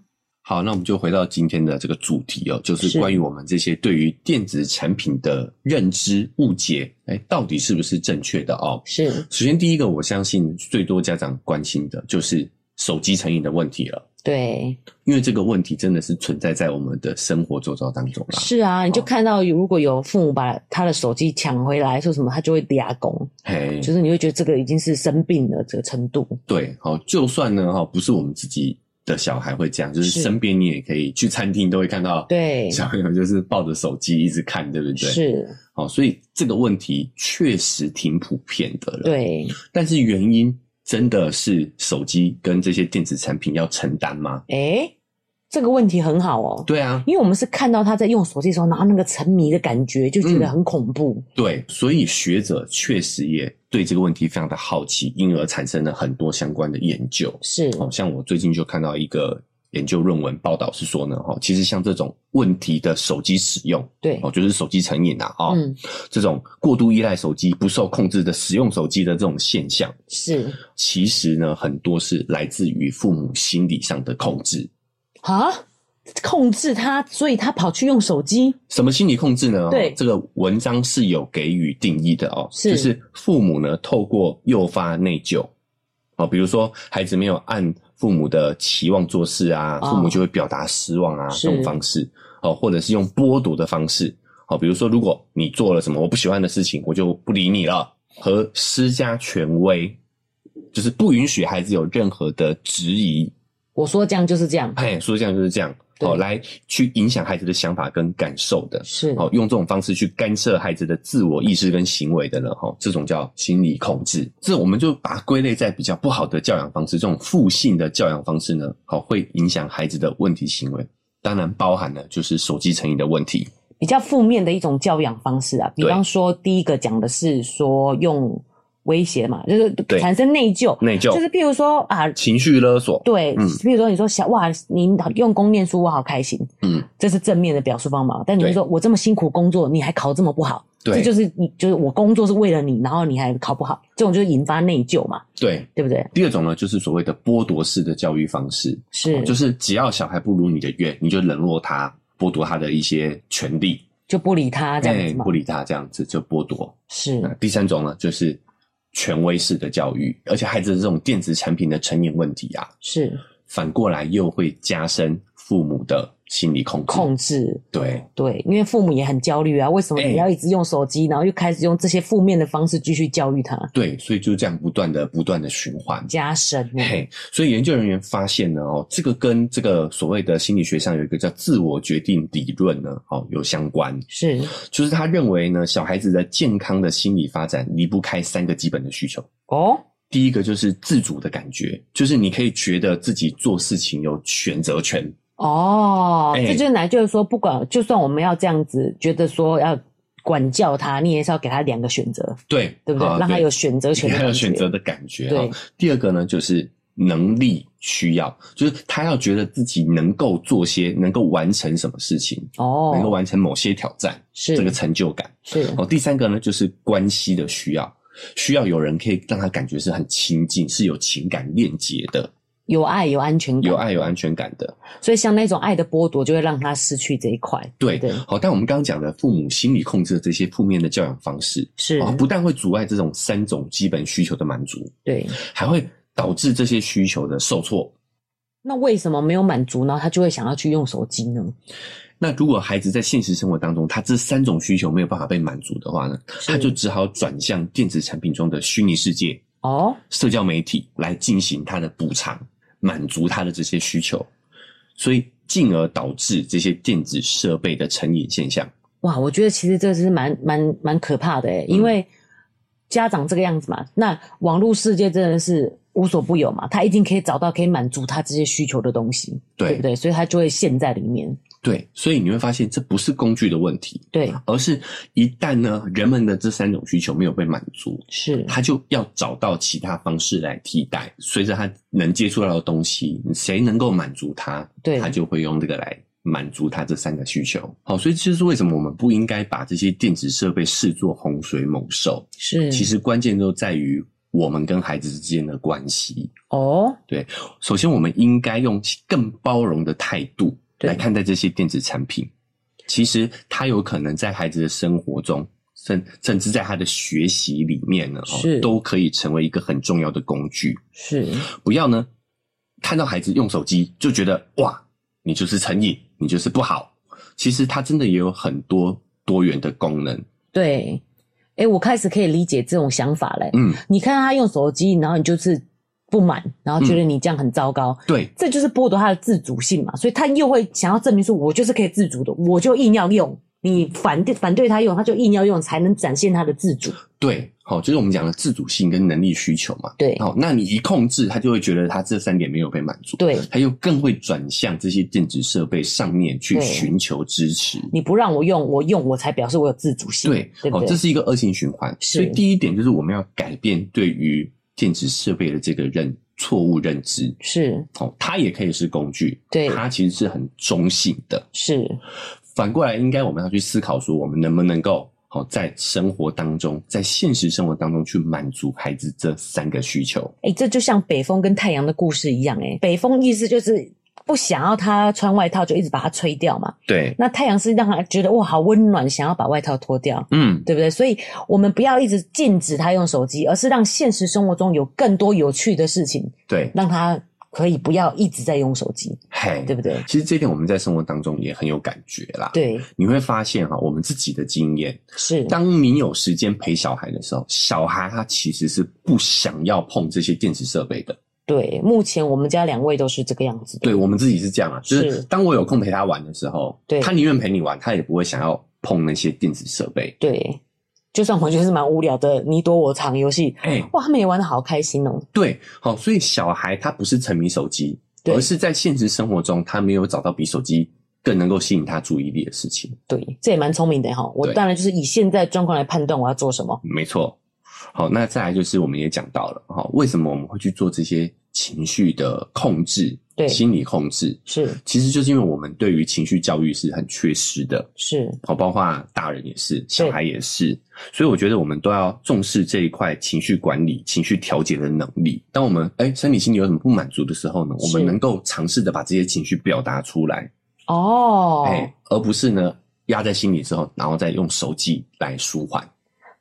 [SPEAKER 2] 好，那我们就回到今天的这个主题哦，就是
[SPEAKER 1] 是
[SPEAKER 2] 关于我们这些对于电子产品的认知误解，哎，到底是不是正确的哦？
[SPEAKER 1] 是
[SPEAKER 2] 首先，第一个我相信最多家长关心的就是手机成瘾的问题了，
[SPEAKER 1] 对，
[SPEAKER 2] 因为这个问题真的是存在在我们的生活周遭当中啦。
[SPEAKER 1] 是啊，你就
[SPEAKER 2] 哦
[SPEAKER 1] 看到有如果有父母把他的手机抢回来，说什么他就会嗲拱，
[SPEAKER 2] 嘿，
[SPEAKER 1] 就是你会觉得这个已经是生病了这个程度。
[SPEAKER 2] 对，好，就算呢哈，不是我们自己的小孩会这样，就是
[SPEAKER 1] 是
[SPEAKER 2] 身边你也可以去餐厅都会看到，，
[SPEAKER 1] 对，
[SPEAKER 2] 小朋友就是抱着手机一直看，对不对？，
[SPEAKER 1] 是，
[SPEAKER 2] 好，所以这个问题确实挺普遍的了。，
[SPEAKER 1] 对，
[SPEAKER 2] 但是原因真的是手机跟这些电子产品要承担吗？
[SPEAKER 1] 诶，这个问题很好哦。
[SPEAKER 2] 对啊，
[SPEAKER 1] 因为我们是看到他在用手机的时候，然后那个沉迷的感觉，就觉得很恐怖。
[SPEAKER 2] 对，所以学者确实也对这个问题非常的好奇，因而产生了很多相关的研究。
[SPEAKER 1] 是，
[SPEAKER 2] 哦，像我最近就看到一个研究论文报道是说呢，哦，其实像这种问题的手机使用，
[SPEAKER 1] 对，
[SPEAKER 2] 哦，就是手机成瘾啊，哦，
[SPEAKER 1] 嗯，
[SPEAKER 2] 这种过度依赖手机、不受控制的使用手机的这种现象，
[SPEAKER 1] 是
[SPEAKER 2] 其实呢，很多是来自于父母心理上的控制。
[SPEAKER 1] 啊，控制他，所以他跑去用手机。
[SPEAKER 2] 什么心理控制呢？哦
[SPEAKER 1] 对
[SPEAKER 2] 这个文章是有给予定义的哦，
[SPEAKER 1] 是
[SPEAKER 2] 就是父母呢透过诱发内疚，哦，比如说孩子没有按父母的期望做事啊，
[SPEAKER 1] 哦
[SPEAKER 2] 父母就会表达失望啊，
[SPEAKER 1] 是
[SPEAKER 2] 这种方式哦，或者是用剥夺的方式哦，比如说如果你做了什么我不喜欢的事情，我就不理你了，和施加权威，就是不允许孩子有任何的质疑，
[SPEAKER 1] 我说这样就是 这样，
[SPEAKER 2] 哎，说这样就是这样。
[SPEAKER 1] 对
[SPEAKER 2] 哦，来去影响孩子的想法跟感受的，
[SPEAKER 1] 是
[SPEAKER 2] 好、用这种方式去干涉孩子的自我意识跟行为的呢，哈、这种叫心理控制。这我们就把它归类在比较不好的教养方式，这种负性的教养方式呢，好、会影响孩子的问题行为。当然，包含了就是手机成瘾的问题。
[SPEAKER 1] 比较负面的一种教养方式啊。比
[SPEAKER 2] 对
[SPEAKER 1] 方说，第一个讲的是说用威胁嘛，就是
[SPEAKER 2] 对
[SPEAKER 1] 产生内疚，
[SPEAKER 2] 内疚
[SPEAKER 1] 就是譬如说啊，
[SPEAKER 2] 情绪勒索，
[SPEAKER 1] 对，
[SPEAKER 2] 嗯
[SPEAKER 1] 譬如说你说小哇，你用功念书，我好开心，
[SPEAKER 2] 嗯，
[SPEAKER 1] 这是正面的表述方法。但你
[SPEAKER 2] 对
[SPEAKER 1] 会说我这么辛苦工作，你还考这么不好，这
[SPEAKER 2] 对
[SPEAKER 1] 就是你就是我工作是为了你，然后你还考不好，这种就是引发内疚嘛，
[SPEAKER 2] 对。
[SPEAKER 1] 对不对？
[SPEAKER 2] 第二种呢，就是所谓的剥夺式的教育方式，
[SPEAKER 1] 是，
[SPEAKER 2] 就是只要小孩不如你的愿，你就冷落他，剥夺他的一些权利，
[SPEAKER 1] 就不理他这样
[SPEAKER 2] 哎
[SPEAKER 1] 子，嘛
[SPEAKER 2] 不。理他这样子就剥夺。
[SPEAKER 1] 是
[SPEAKER 2] 那第三种呢，就是权威式的教育，而且孩子的这种电子产品的成瘾问题啊，
[SPEAKER 1] 是，
[SPEAKER 2] 反过来又会加深父母的心理控制。
[SPEAKER 1] 控制。哦
[SPEAKER 2] 对
[SPEAKER 1] 对，因为父母也很焦虑啊，为什么
[SPEAKER 2] 哎
[SPEAKER 1] 你要一直用手机，然后又开始用这些负面的方式继续教育他，
[SPEAKER 2] 对，所以就这样不断的不断的循环。
[SPEAKER 1] 加深哦呢？
[SPEAKER 2] 嘿，所以研究人员发现呢，哦，这个跟这个所谓的心理学上有一个叫自我决定理论呢，哦，有相关。
[SPEAKER 1] 是
[SPEAKER 2] 就是他认为呢，小孩子的健康的心理发展离不开三个基本的需求。
[SPEAKER 1] 哦，
[SPEAKER 2] 第一个就是自主的感觉，就是你可以觉得自己做事情有选择权。
[SPEAKER 1] 哦，
[SPEAKER 2] 哎
[SPEAKER 1] 这就是来，就是说，不管就算我们要这样子，觉得说要管教他，你也是要给他两个选择，
[SPEAKER 2] 对，
[SPEAKER 1] 对不对？
[SPEAKER 2] 啊
[SPEAKER 1] 让他有选择权的
[SPEAKER 2] 还有
[SPEAKER 1] 感
[SPEAKER 2] 选
[SPEAKER 1] 觉
[SPEAKER 2] 择的感觉。
[SPEAKER 1] 对
[SPEAKER 2] 哈第二个呢，就是能力需要，就是他要觉得自己能够做些，能够完成什么事情，能够
[SPEAKER 1] 哦，
[SPEAKER 2] 完成某些挑战，
[SPEAKER 1] 是
[SPEAKER 2] 这个成就感。
[SPEAKER 1] 是
[SPEAKER 2] 哦，第三个呢，就是关系的需要，需要有人可以让他感觉是很亲近，是有情感链接的，
[SPEAKER 1] 有爱有安全感，
[SPEAKER 2] 有爱有安全感的。
[SPEAKER 1] 所以像那种爱的剥夺，就会让他失去这一块。
[SPEAKER 2] 对，
[SPEAKER 1] 对
[SPEAKER 2] 好，但我们刚刚讲的父母心理控制的这些负面的教养方式，
[SPEAKER 1] 是，
[SPEAKER 2] 啊，不但会阻碍这种三种基本需求的满足，
[SPEAKER 1] 对。
[SPEAKER 2] 还会导致这些需求的受挫。
[SPEAKER 1] 那为什么没有满足呢？他就会想要去用手机呢？
[SPEAKER 2] 那如果孩子在现实生活当中，他这三种需求没有办法被满足的话呢，
[SPEAKER 1] 是
[SPEAKER 2] 他就只好转向电子产品中的虚拟世界、
[SPEAKER 1] 哦，
[SPEAKER 2] 社交媒体来进行他的补偿，满足他的这些需求，所以进而导致这些电子设备的成瘾现象。
[SPEAKER 1] 哇，我觉得其实这是蛮蛮蛮可怕的诶，欸
[SPEAKER 2] 嗯
[SPEAKER 1] 因为家长这个样子嘛，那网络世界真的是无所不有嘛，他一定可以找到可以满足他这些需求的东西，
[SPEAKER 2] 对
[SPEAKER 1] 不对？所以他就会陷在里面。
[SPEAKER 2] 对，所以你会发现这不是工具的问题，
[SPEAKER 1] 对，
[SPEAKER 2] 而是一旦呢人们的这三种需求没有被满足，
[SPEAKER 1] 是
[SPEAKER 2] 他就要找到其他方式来替代。随着他能接触到的东西，谁能够满足他，
[SPEAKER 1] 对
[SPEAKER 2] 他就会用这个来满足他这三个需求。好，所以这就是为什么我们不应该把这些电子设备视作洪水猛兽。
[SPEAKER 1] 是，
[SPEAKER 2] 其实关键就在于我们跟孩子之间的关系。
[SPEAKER 1] 哦，
[SPEAKER 2] 首先，我们应该用更包容的态度
[SPEAKER 1] 对
[SPEAKER 2] 来看待这些电子产品。其实，它有可能在孩子的生活中，甚甚至在他的学习里面呢，
[SPEAKER 1] 是
[SPEAKER 2] 哦，都可以成为一个很重要的工具。
[SPEAKER 1] 是
[SPEAKER 2] 不要呢，看到孩子用手机就觉得哇，你就是成瘾，你就是不好。其实，它真的也有很多多元的功能。
[SPEAKER 1] 对。诶，我开始可以理解这种想法嘞。
[SPEAKER 2] 嗯，
[SPEAKER 1] 你看他用手机，然后你就是不满，然后觉
[SPEAKER 2] 嗯
[SPEAKER 1] 得你这样很糟糕，
[SPEAKER 2] 对，
[SPEAKER 1] 这就是剥夺他的自主性嘛，所以他又会想要证明说，我就是可以自主的，我就硬要用。你反对反对他用，他就硬要用，才能展现他的自主。
[SPEAKER 2] 对，好、就是我们讲的自主性跟能力需求嘛。
[SPEAKER 1] 对
[SPEAKER 2] 好、那你一控制，他就会觉得他这三点没有被满足。
[SPEAKER 1] 对，
[SPEAKER 2] 他又更会转向这些电子设备上面去
[SPEAKER 1] 对
[SPEAKER 2] 寻求支持。
[SPEAKER 1] 你不让我用，我用我才表示我有自主性，
[SPEAKER 2] 对，
[SPEAKER 1] 对不
[SPEAKER 2] 哦，
[SPEAKER 1] 对？
[SPEAKER 2] 这是一个恶性循环。
[SPEAKER 1] 是
[SPEAKER 2] 所以第一点就是我们要改变对于电子设备的这个认错误认知。
[SPEAKER 1] 是
[SPEAKER 2] 哦，它也可以是工具，
[SPEAKER 1] 对
[SPEAKER 2] 它其实是很中性的。
[SPEAKER 1] 是
[SPEAKER 2] 反过来，应该我们要去思考说，我们能不能够好、哦、在生活当中，在现实生活当中去满足孩子这三个需求。
[SPEAKER 1] 哎、这就像北风跟太阳的故事一样、哎，北风意思就是不想要他穿外套，就一直把它吹掉嘛。
[SPEAKER 2] 对，
[SPEAKER 1] 那太阳是让他觉得哇好温暖，想要把外套脱掉。
[SPEAKER 2] 嗯，
[SPEAKER 1] 对不对？所以我们不要一直禁止他用手机，而是让现实生活中有更多有趣的事情，
[SPEAKER 2] 对，
[SPEAKER 1] 让他可以不要一直在用手机，
[SPEAKER 2] 嘿，
[SPEAKER 1] 对不对？
[SPEAKER 2] 其实这一点我们在生活当中也很有感觉啦。
[SPEAKER 1] 对，
[SPEAKER 2] 你会发现哈，我们自己的经验，
[SPEAKER 1] 是，
[SPEAKER 2] 当你有时间陪小孩的时候，小孩他其实是不想要碰这些电子设备的。
[SPEAKER 1] 对。目前我们家两位都是这个样子的，
[SPEAKER 2] 对我们自己是这样啊，就是
[SPEAKER 1] 是
[SPEAKER 2] 当我有空陪他玩的时候，
[SPEAKER 1] 对
[SPEAKER 2] 他宁愿陪你玩，他也不会想要碰那些电子设备。
[SPEAKER 1] 对。就算我就是蛮无聊的你躲我藏游戏，
[SPEAKER 2] 哎、
[SPEAKER 1] 哇，他们也玩的好开心哦。
[SPEAKER 2] 对，好，所以小孩他不是沉迷手机，
[SPEAKER 1] 对
[SPEAKER 2] 而是在现实生活中，他没有找到比手机更能够吸引他注意力的事情。
[SPEAKER 1] 对，这也蛮聪明的哈。我
[SPEAKER 2] 对
[SPEAKER 1] 当然就是以现在状况来判断我要做什么。
[SPEAKER 2] 没错。好，那再来就是我们也讲到了哈、为什么我们会去做这些情绪的控制，
[SPEAKER 1] 对
[SPEAKER 2] 心理控制，
[SPEAKER 1] 是
[SPEAKER 2] 其实就是因为我们对于情绪教育是很缺失的，
[SPEAKER 1] 是，
[SPEAKER 2] 好，包括大人也是，小孩也是，所以我觉得我们都要重视这一块情绪管理、情绪调节的能力。当我们哎生理心理有什么不满足的时候呢，我
[SPEAKER 1] 是
[SPEAKER 2] 们能够尝试的把这些情绪表达出来，
[SPEAKER 1] 哦，
[SPEAKER 2] 哎、而不是呢压在心里之后，然后再用手机来舒缓。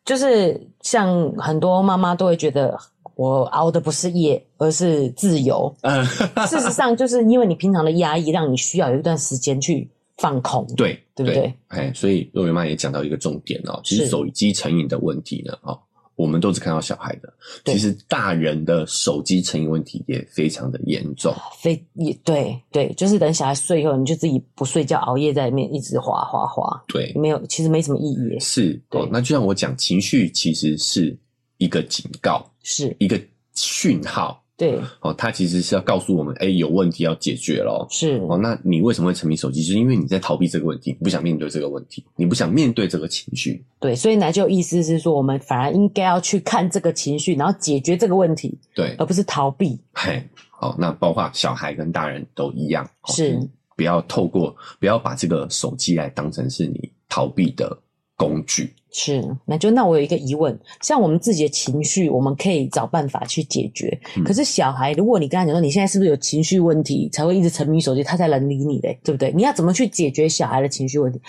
[SPEAKER 1] 就是像很多妈妈都会觉得我熬的不是夜，而是自由。
[SPEAKER 2] 嗯，
[SPEAKER 1] 事实上，就是因为你平常的压抑，让你需要有一段时间去放空。
[SPEAKER 2] 对
[SPEAKER 1] 对不对？
[SPEAKER 2] 哎，所以肉圆妈也讲到一个重点哦，其实
[SPEAKER 1] 是
[SPEAKER 2] 手机成瘾的问题呢，哦，我们都只看到小孩的，
[SPEAKER 1] 对
[SPEAKER 2] 其实大人的手机成瘾问题也非常的严重。
[SPEAKER 1] 非也对对，就是等小孩睡以后，你就自己不睡觉，熬夜在里面一直滑滑滑，
[SPEAKER 2] 对，
[SPEAKER 1] 没有，其实没什么意义耶。
[SPEAKER 2] 是哦
[SPEAKER 1] 嗯对。
[SPEAKER 2] 那就像我讲，情绪其实是一个警告，
[SPEAKER 1] 是，
[SPEAKER 2] 一个讯号
[SPEAKER 1] 对，
[SPEAKER 2] 哦，它其实是要告诉我们，哎，有问题要解决咯。
[SPEAKER 1] 是，
[SPEAKER 2] 哦，那你为什么会沉迷手机？就是因为你在逃避这个问题，你不想面对这个问题，你不想面对这个情绪。
[SPEAKER 1] 对，所以奶就意思是说，我们反而应该要去看这个情绪，然后解决这个问题，
[SPEAKER 2] 对，
[SPEAKER 1] 而不是逃避。
[SPEAKER 2] 嘿，好、那包括小孩跟大人都一样，哦
[SPEAKER 1] 是
[SPEAKER 2] 不要透过不要把这个手机来当成是你逃避的工具。
[SPEAKER 1] 是，那就那我有一个疑问，像我们自己的情绪，我们可以找办法去解决。
[SPEAKER 2] 嗯
[SPEAKER 1] 可是小孩，如果你跟他讲说你现在是不是有情绪问题，才会一直沉迷手机，他才能理你嘞，对不对？你要怎么去解决小孩的情绪问题？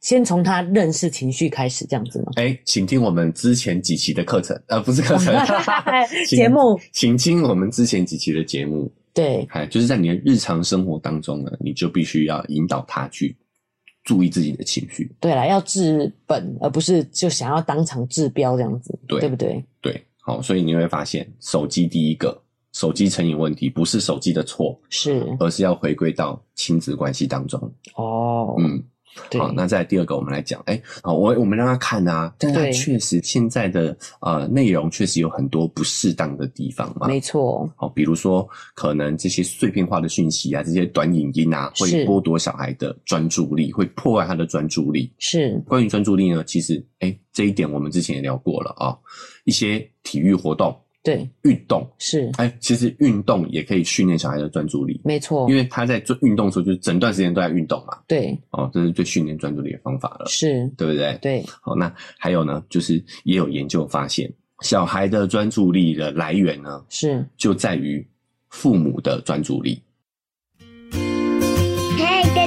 [SPEAKER 1] 先从他认识情绪开始，这样子 吗？，
[SPEAKER 2] 哎，请听我们之前几期的课程，呃，不是课程 请
[SPEAKER 1] 节目
[SPEAKER 2] 请听我们之前几期的节目，
[SPEAKER 1] 对，
[SPEAKER 2] 哎，就是在你的日常生活当中呢，你就必须要引导他去注意自己的情绪。
[SPEAKER 1] 对啦，要治本，而不是就想要当场治标这样子，
[SPEAKER 2] 对
[SPEAKER 1] 不对？
[SPEAKER 2] 对，好，所以你会发现，手机第一个，手机成瘾问题不是手机的错，
[SPEAKER 1] 是
[SPEAKER 2] 而是要回归到亲子关系当中。
[SPEAKER 1] 哦，
[SPEAKER 2] 嗯，
[SPEAKER 1] 对，
[SPEAKER 2] 好，那再来第二个，我们来讲，哎、好，我我们让他看啊，但是他
[SPEAKER 1] 对
[SPEAKER 2] 确实现在的呃内容确实有很多不适当的地方嘛。
[SPEAKER 1] 没错，
[SPEAKER 2] 好，比如说可能这些碎片化的讯息啊，这些短影音啊，会
[SPEAKER 1] 是
[SPEAKER 2] 剥夺小孩的专注力，会破坏他的专注力。
[SPEAKER 1] 是
[SPEAKER 2] 关于专注力呢，其实哎、这一点我们之前也聊过了啊、一些体育活动、
[SPEAKER 1] 对，
[SPEAKER 2] 运动，
[SPEAKER 1] 是
[SPEAKER 2] 哎、其实运动也可以训练小孩的专注力，
[SPEAKER 1] 没错
[SPEAKER 2] 因，为他在做运动的时候，就是整段时间都在运动嘛。
[SPEAKER 1] 对，
[SPEAKER 2] 哦，这是最训练专注力的方法了。
[SPEAKER 1] 是，
[SPEAKER 2] 对不对？
[SPEAKER 1] 对，
[SPEAKER 2] 好，那还有呢，就是也有研究发现，小孩的专注力的来源呢，
[SPEAKER 1] 是。
[SPEAKER 2] 就在于父母的专注力。
[SPEAKER 3] 嗨，大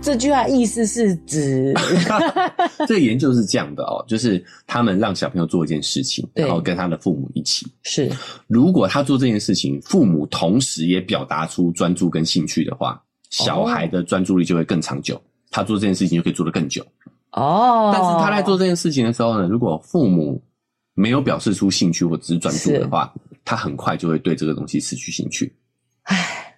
[SPEAKER 1] 这句话意思是 指
[SPEAKER 2] 这个研究是这样的哦，就是他们让小朋友做一件事情，
[SPEAKER 1] 对
[SPEAKER 2] 然后跟他的父母一起，
[SPEAKER 1] 是
[SPEAKER 2] 如果他做这件事情，父母同时也表达出专注跟兴趣的话，
[SPEAKER 1] 哦
[SPEAKER 2] 小孩的专注力就会更长久。他做这件事情就可以做得更久。
[SPEAKER 1] 哦，
[SPEAKER 2] 但是他在做这件事情的时候呢，如果父母没有表示出兴趣或只是专注的话，他很快就会对这个东西失去兴趣。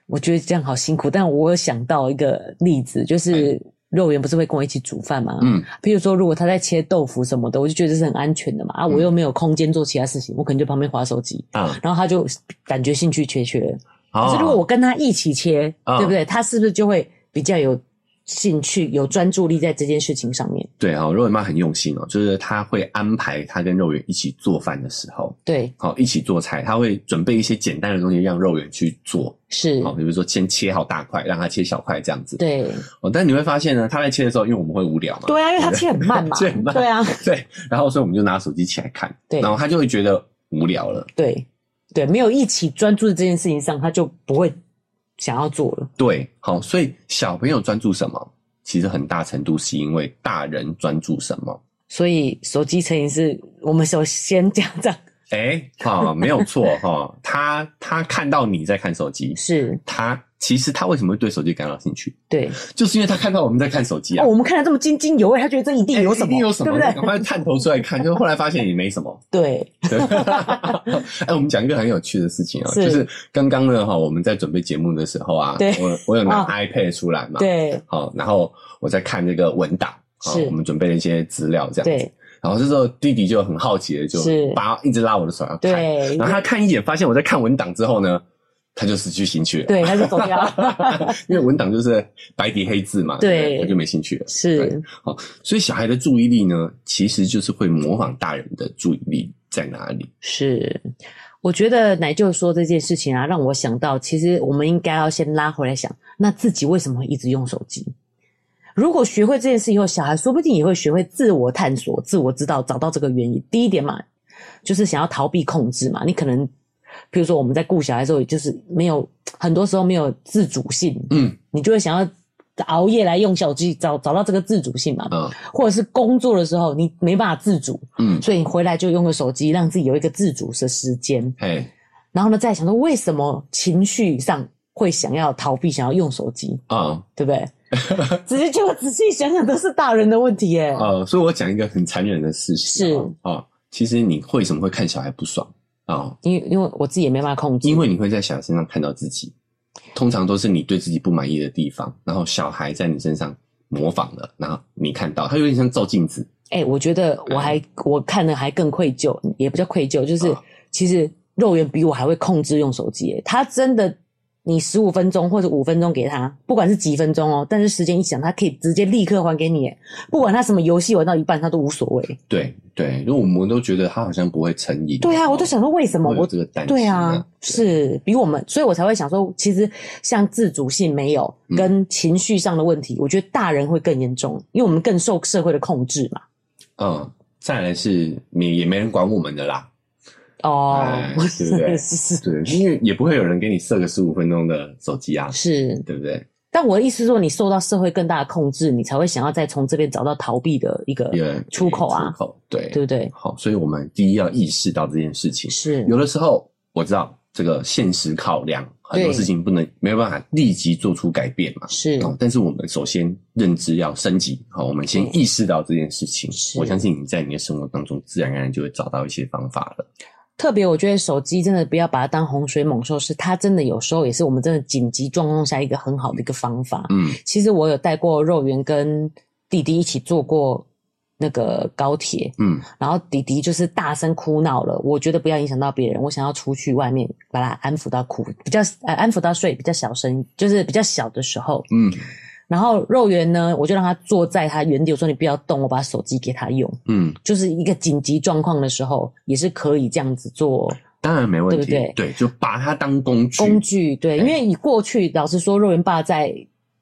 [SPEAKER 1] 我觉得这样好辛苦，但我有想到一个例子，就是肉圆不是会跟我一起煮饭吗？
[SPEAKER 2] 哎嗯，
[SPEAKER 1] 比如说，如果他在切豆腐什么的，我就觉得这是很安全的嘛。啊，
[SPEAKER 2] 嗯
[SPEAKER 1] 我又没有空间做其他事情，我可能就旁边划手机，
[SPEAKER 2] 啊，
[SPEAKER 1] 然后他就感觉兴趣缺缺了。可
[SPEAKER 2] 可
[SPEAKER 1] 是如果我跟他一起切，
[SPEAKER 2] 哦
[SPEAKER 1] 对不对？他是不是就会比较有兴趣、有专注力在这件事情上面？
[SPEAKER 2] 对哦，肉圆妈很用心哦，就是她会安排她跟肉圆一起做饭的时候，
[SPEAKER 1] 对，
[SPEAKER 2] 好、一起做菜，她会准备一些简单的东西让肉圆去做，
[SPEAKER 1] 是，
[SPEAKER 2] 好、比如说先切好大块，让他切小块这样子。
[SPEAKER 1] 对，
[SPEAKER 2] 哦，但你会发现呢，他在切的时候，因为我们会无聊嘛，
[SPEAKER 1] 对啊，因为他切很慢嘛，
[SPEAKER 2] 切很慢
[SPEAKER 1] 对啊，
[SPEAKER 2] 对，然后所以我们就拿手机起来看，
[SPEAKER 1] 对
[SPEAKER 2] 然后他就会觉得无聊了，
[SPEAKER 1] 对，对，没有一起专注在这件事情上，他就不会想要做了。
[SPEAKER 2] 对，好，所以小朋友专注什么，其实很大程度是因为大人专注什么，
[SPEAKER 1] 所以手机成瘾是我们首先家长
[SPEAKER 2] 哎，哈、没有错哈、他他看到你在看手机，
[SPEAKER 1] 是
[SPEAKER 2] 他其实他为什么会对手机感到兴趣，
[SPEAKER 1] 对、
[SPEAKER 2] 就是因为他看到我们在看手机啊
[SPEAKER 1] 哦，。我们看得这么津津有味，他觉得这一定
[SPEAKER 2] 哎
[SPEAKER 1] 有什么，
[SPEAKER 2] 一定有什么？
[SPEAKER 1] 对
[SPEAKER 2] 赶
[SPEAKER 1] 不
[SPEAKER 2] 快探头出来看，就后来发现也没什么。
[SPEAKER 1] 对？对，
[SPEAKER 2] 对， 哎，我们讲一个很有趣的事情啊、
[SPEAKER 1] 是
[SPEAKER 2] 就是刚刚呢哈，我们在准备节目的时候啊，
[SPEAKER 1] 对
[SPEAKER 2] 我我有拿
[SPEAKER 1] 啊
[SPEAKER 2] iPad 出来嘛，，
[SPEAKER 1] 对，
[SPEAKER 2] 好，然后我在看这个文档，啊
[SPEAKER 1] 是
[SPEAKER 2] 我们准备了一些资料这样子
[SPEAKER 1] 对，，
[SPEAKER 2] 然后这时候弟弟就很好奇的就是扒一直拉我的手要看，
[SPEAKER 1] 对
[SPEAKER 2] 然，后他看一眼发现我在看文档之后呢，他就失去兴趣了。
[SPEAKER 1] 对，他就走掉 了。
[SPEAKER 2] 因为文档就是白底黑字嘛，
[SPEAKER 1] 对
[SPEAKER 2] 不他就没兴趣了。
[SPEAKER 1] 是
[SPEAKER 2] 对，所以小孩的注意力呢，其实就是会模仿大人的注意力在哪里。
[SPEAKER 1] 是，我觉得奶舅说这件事情啊，让我想到，其实我们应该要先拉回来想，那自己为什么会一直用手机？如果学会这件事以后，小孩说不定也会学会自我探索、自我知道，找到这个原因。第一点嘛，就是想要逃避控制嘛。你可能，比如说我们在顾小孩的时候，就是没有很多时候没有自主性，
[SPEAKER 2] 嗯
[SPEAKER 1] 你就会想要熬夜来用手机，找找到这个自主性嘛。
[SPEAKER 2] 啊
[SPEAKER 1] 或者是工作的时候你没办法自主，
[SPEAKER 2] 嗯，
[SPEAKER 1] 所以你回来就用个手机，让自己有一个自主的时间。
[SPEAKER 2] 哎
[SPEAKER 1] 然后呢，再想说为什么情绪上会想要逃避，想要用手机，
[SPEAKER 2] 啊
[SPEAKER 1] 对不 对？只是就仔细想想，都是大人的问题 耶。
[SPEAKER 2] 啊！所以我讲一个很残忍的事情
[SPEAKER 1] 是
[SPEAKER 2] 啊、哦其实你为什么会看小孩不爽啊、
[SPEAKER 1] 因为因为我自己也没办法控制，
[SPEAKER 2] 因为你会在小孩身上看到自己，通常都是你对自己不满意的地方，然后小孩在你身上模仿了，然后你看到，他有点像照镜子。
[SPEAKER 1] 哎、我觉得我还我看了还更愧疚，也不叫愧疚，就是、
[SPEAKER 2] 嗯啊
[SPEAKER 1] 其实肉圆比我还会控制用手机耶，他真的。你十五分钟或者五分钟给他，不管是几分钟哦，但是时间一响，他可以直接立刻还给你耶，不管他什么游戏玩到一半，他都无所谓。
[SPEAKER 2] 对对，因为我们都觉得他好像不会成瘾。
[SPEAKER 1] 对啊，我都想说为什么
[SPEAKER 2] 会有
[SPEAKER 1] 我
[SPEAKER 2] 这个担心、
[SPEAKER 1] 对啊，是比我们，所以我才会想说，其实像自主性没有
[SPEAKER 2] 嗯
[SPEAKER 1] 跟情绪上的问题，我觉得大人会更严重，因为我们更受社会的控制嘛。
[SPEAKER 2] 嗯，再来是你也没人管我们的啦，
[SPEAKER 1] 哦
[SPEAKER 2] 哎，对不对
[SPEAKER 1] 是 是
[SPEAKER 2] 对，因为也不会有人给你设个十五分钟的手机啊，
[SPEAKER 1] 是，
[SPEAKER 2] 对不对？
[SPEAKER 1] 但我的意思是说，你受到社会更大的控制，你才会想要再从这边找到逃避的一个
[SPEAKER 2] 一个
[SPEAKER 1] 出口啊
[SPEAKER 2] 出，口对
[SPEAKER 1] 对不对？
[SPEAKER 2] 好，所以我们第一要意识到这件事情。
[SPEAKER 1] 是，
[SPEAKER 2] 有的时候我知道这个现实考量，很多
[SPEAKER 1] 对
[SPEAKER 2] 事情不能没有办法立即做出改变嘛。
[SPEAKER 1] 是，
[SPEAKER 2] 哦，但是我们首先认知要升级，好，我们先
[SPEAKER 1] 对
[SPEAKER 2] 意识到这件事情。
[SPEAKER 1] 是
[SPEAKER 2] 我相信你在你的生活当中，自然而然就会找到一些方法了。
[SPEAKER 1] 特别我觉得手机真的不要把它当洪水猛兽，是它真的有时候也是我们真的紧急状况下一个很好的一个方法。
[SPEAKER 2] 嗯
[SPEAKER 1] 其实我有带过肉圆跟弟弟一起坐过那个高铁，
[SPEAKER 2] 嗯，
[SPEAKER 1] 然后弟弟就是大声哭闹了，我觉得不要影响到别人，我想要出去外面把他安抚到哭，比较呃安抚到睡，比较小声，就是比较小的时候。
[SPEAKER 2] 嗯
[SPEAKER 1] 然后肉圆呢，我就让他坐在他原地，我说你不要动，我把手机给他用，
[SPEAKER 2] 嗯，
[SPEAKER 1] 就是一个紧急状况的时候也是可以这样子做。
[SPEAKER 2] 当然没问题。
[SPEAKER 1] 对不
[SPEAKER 2] 就把它当工具。
[SPEAKER 1] 工具，对，
[SPEAKER 2] 对
[SPEAKER 1] 因为你过去老实说，肉圆爸在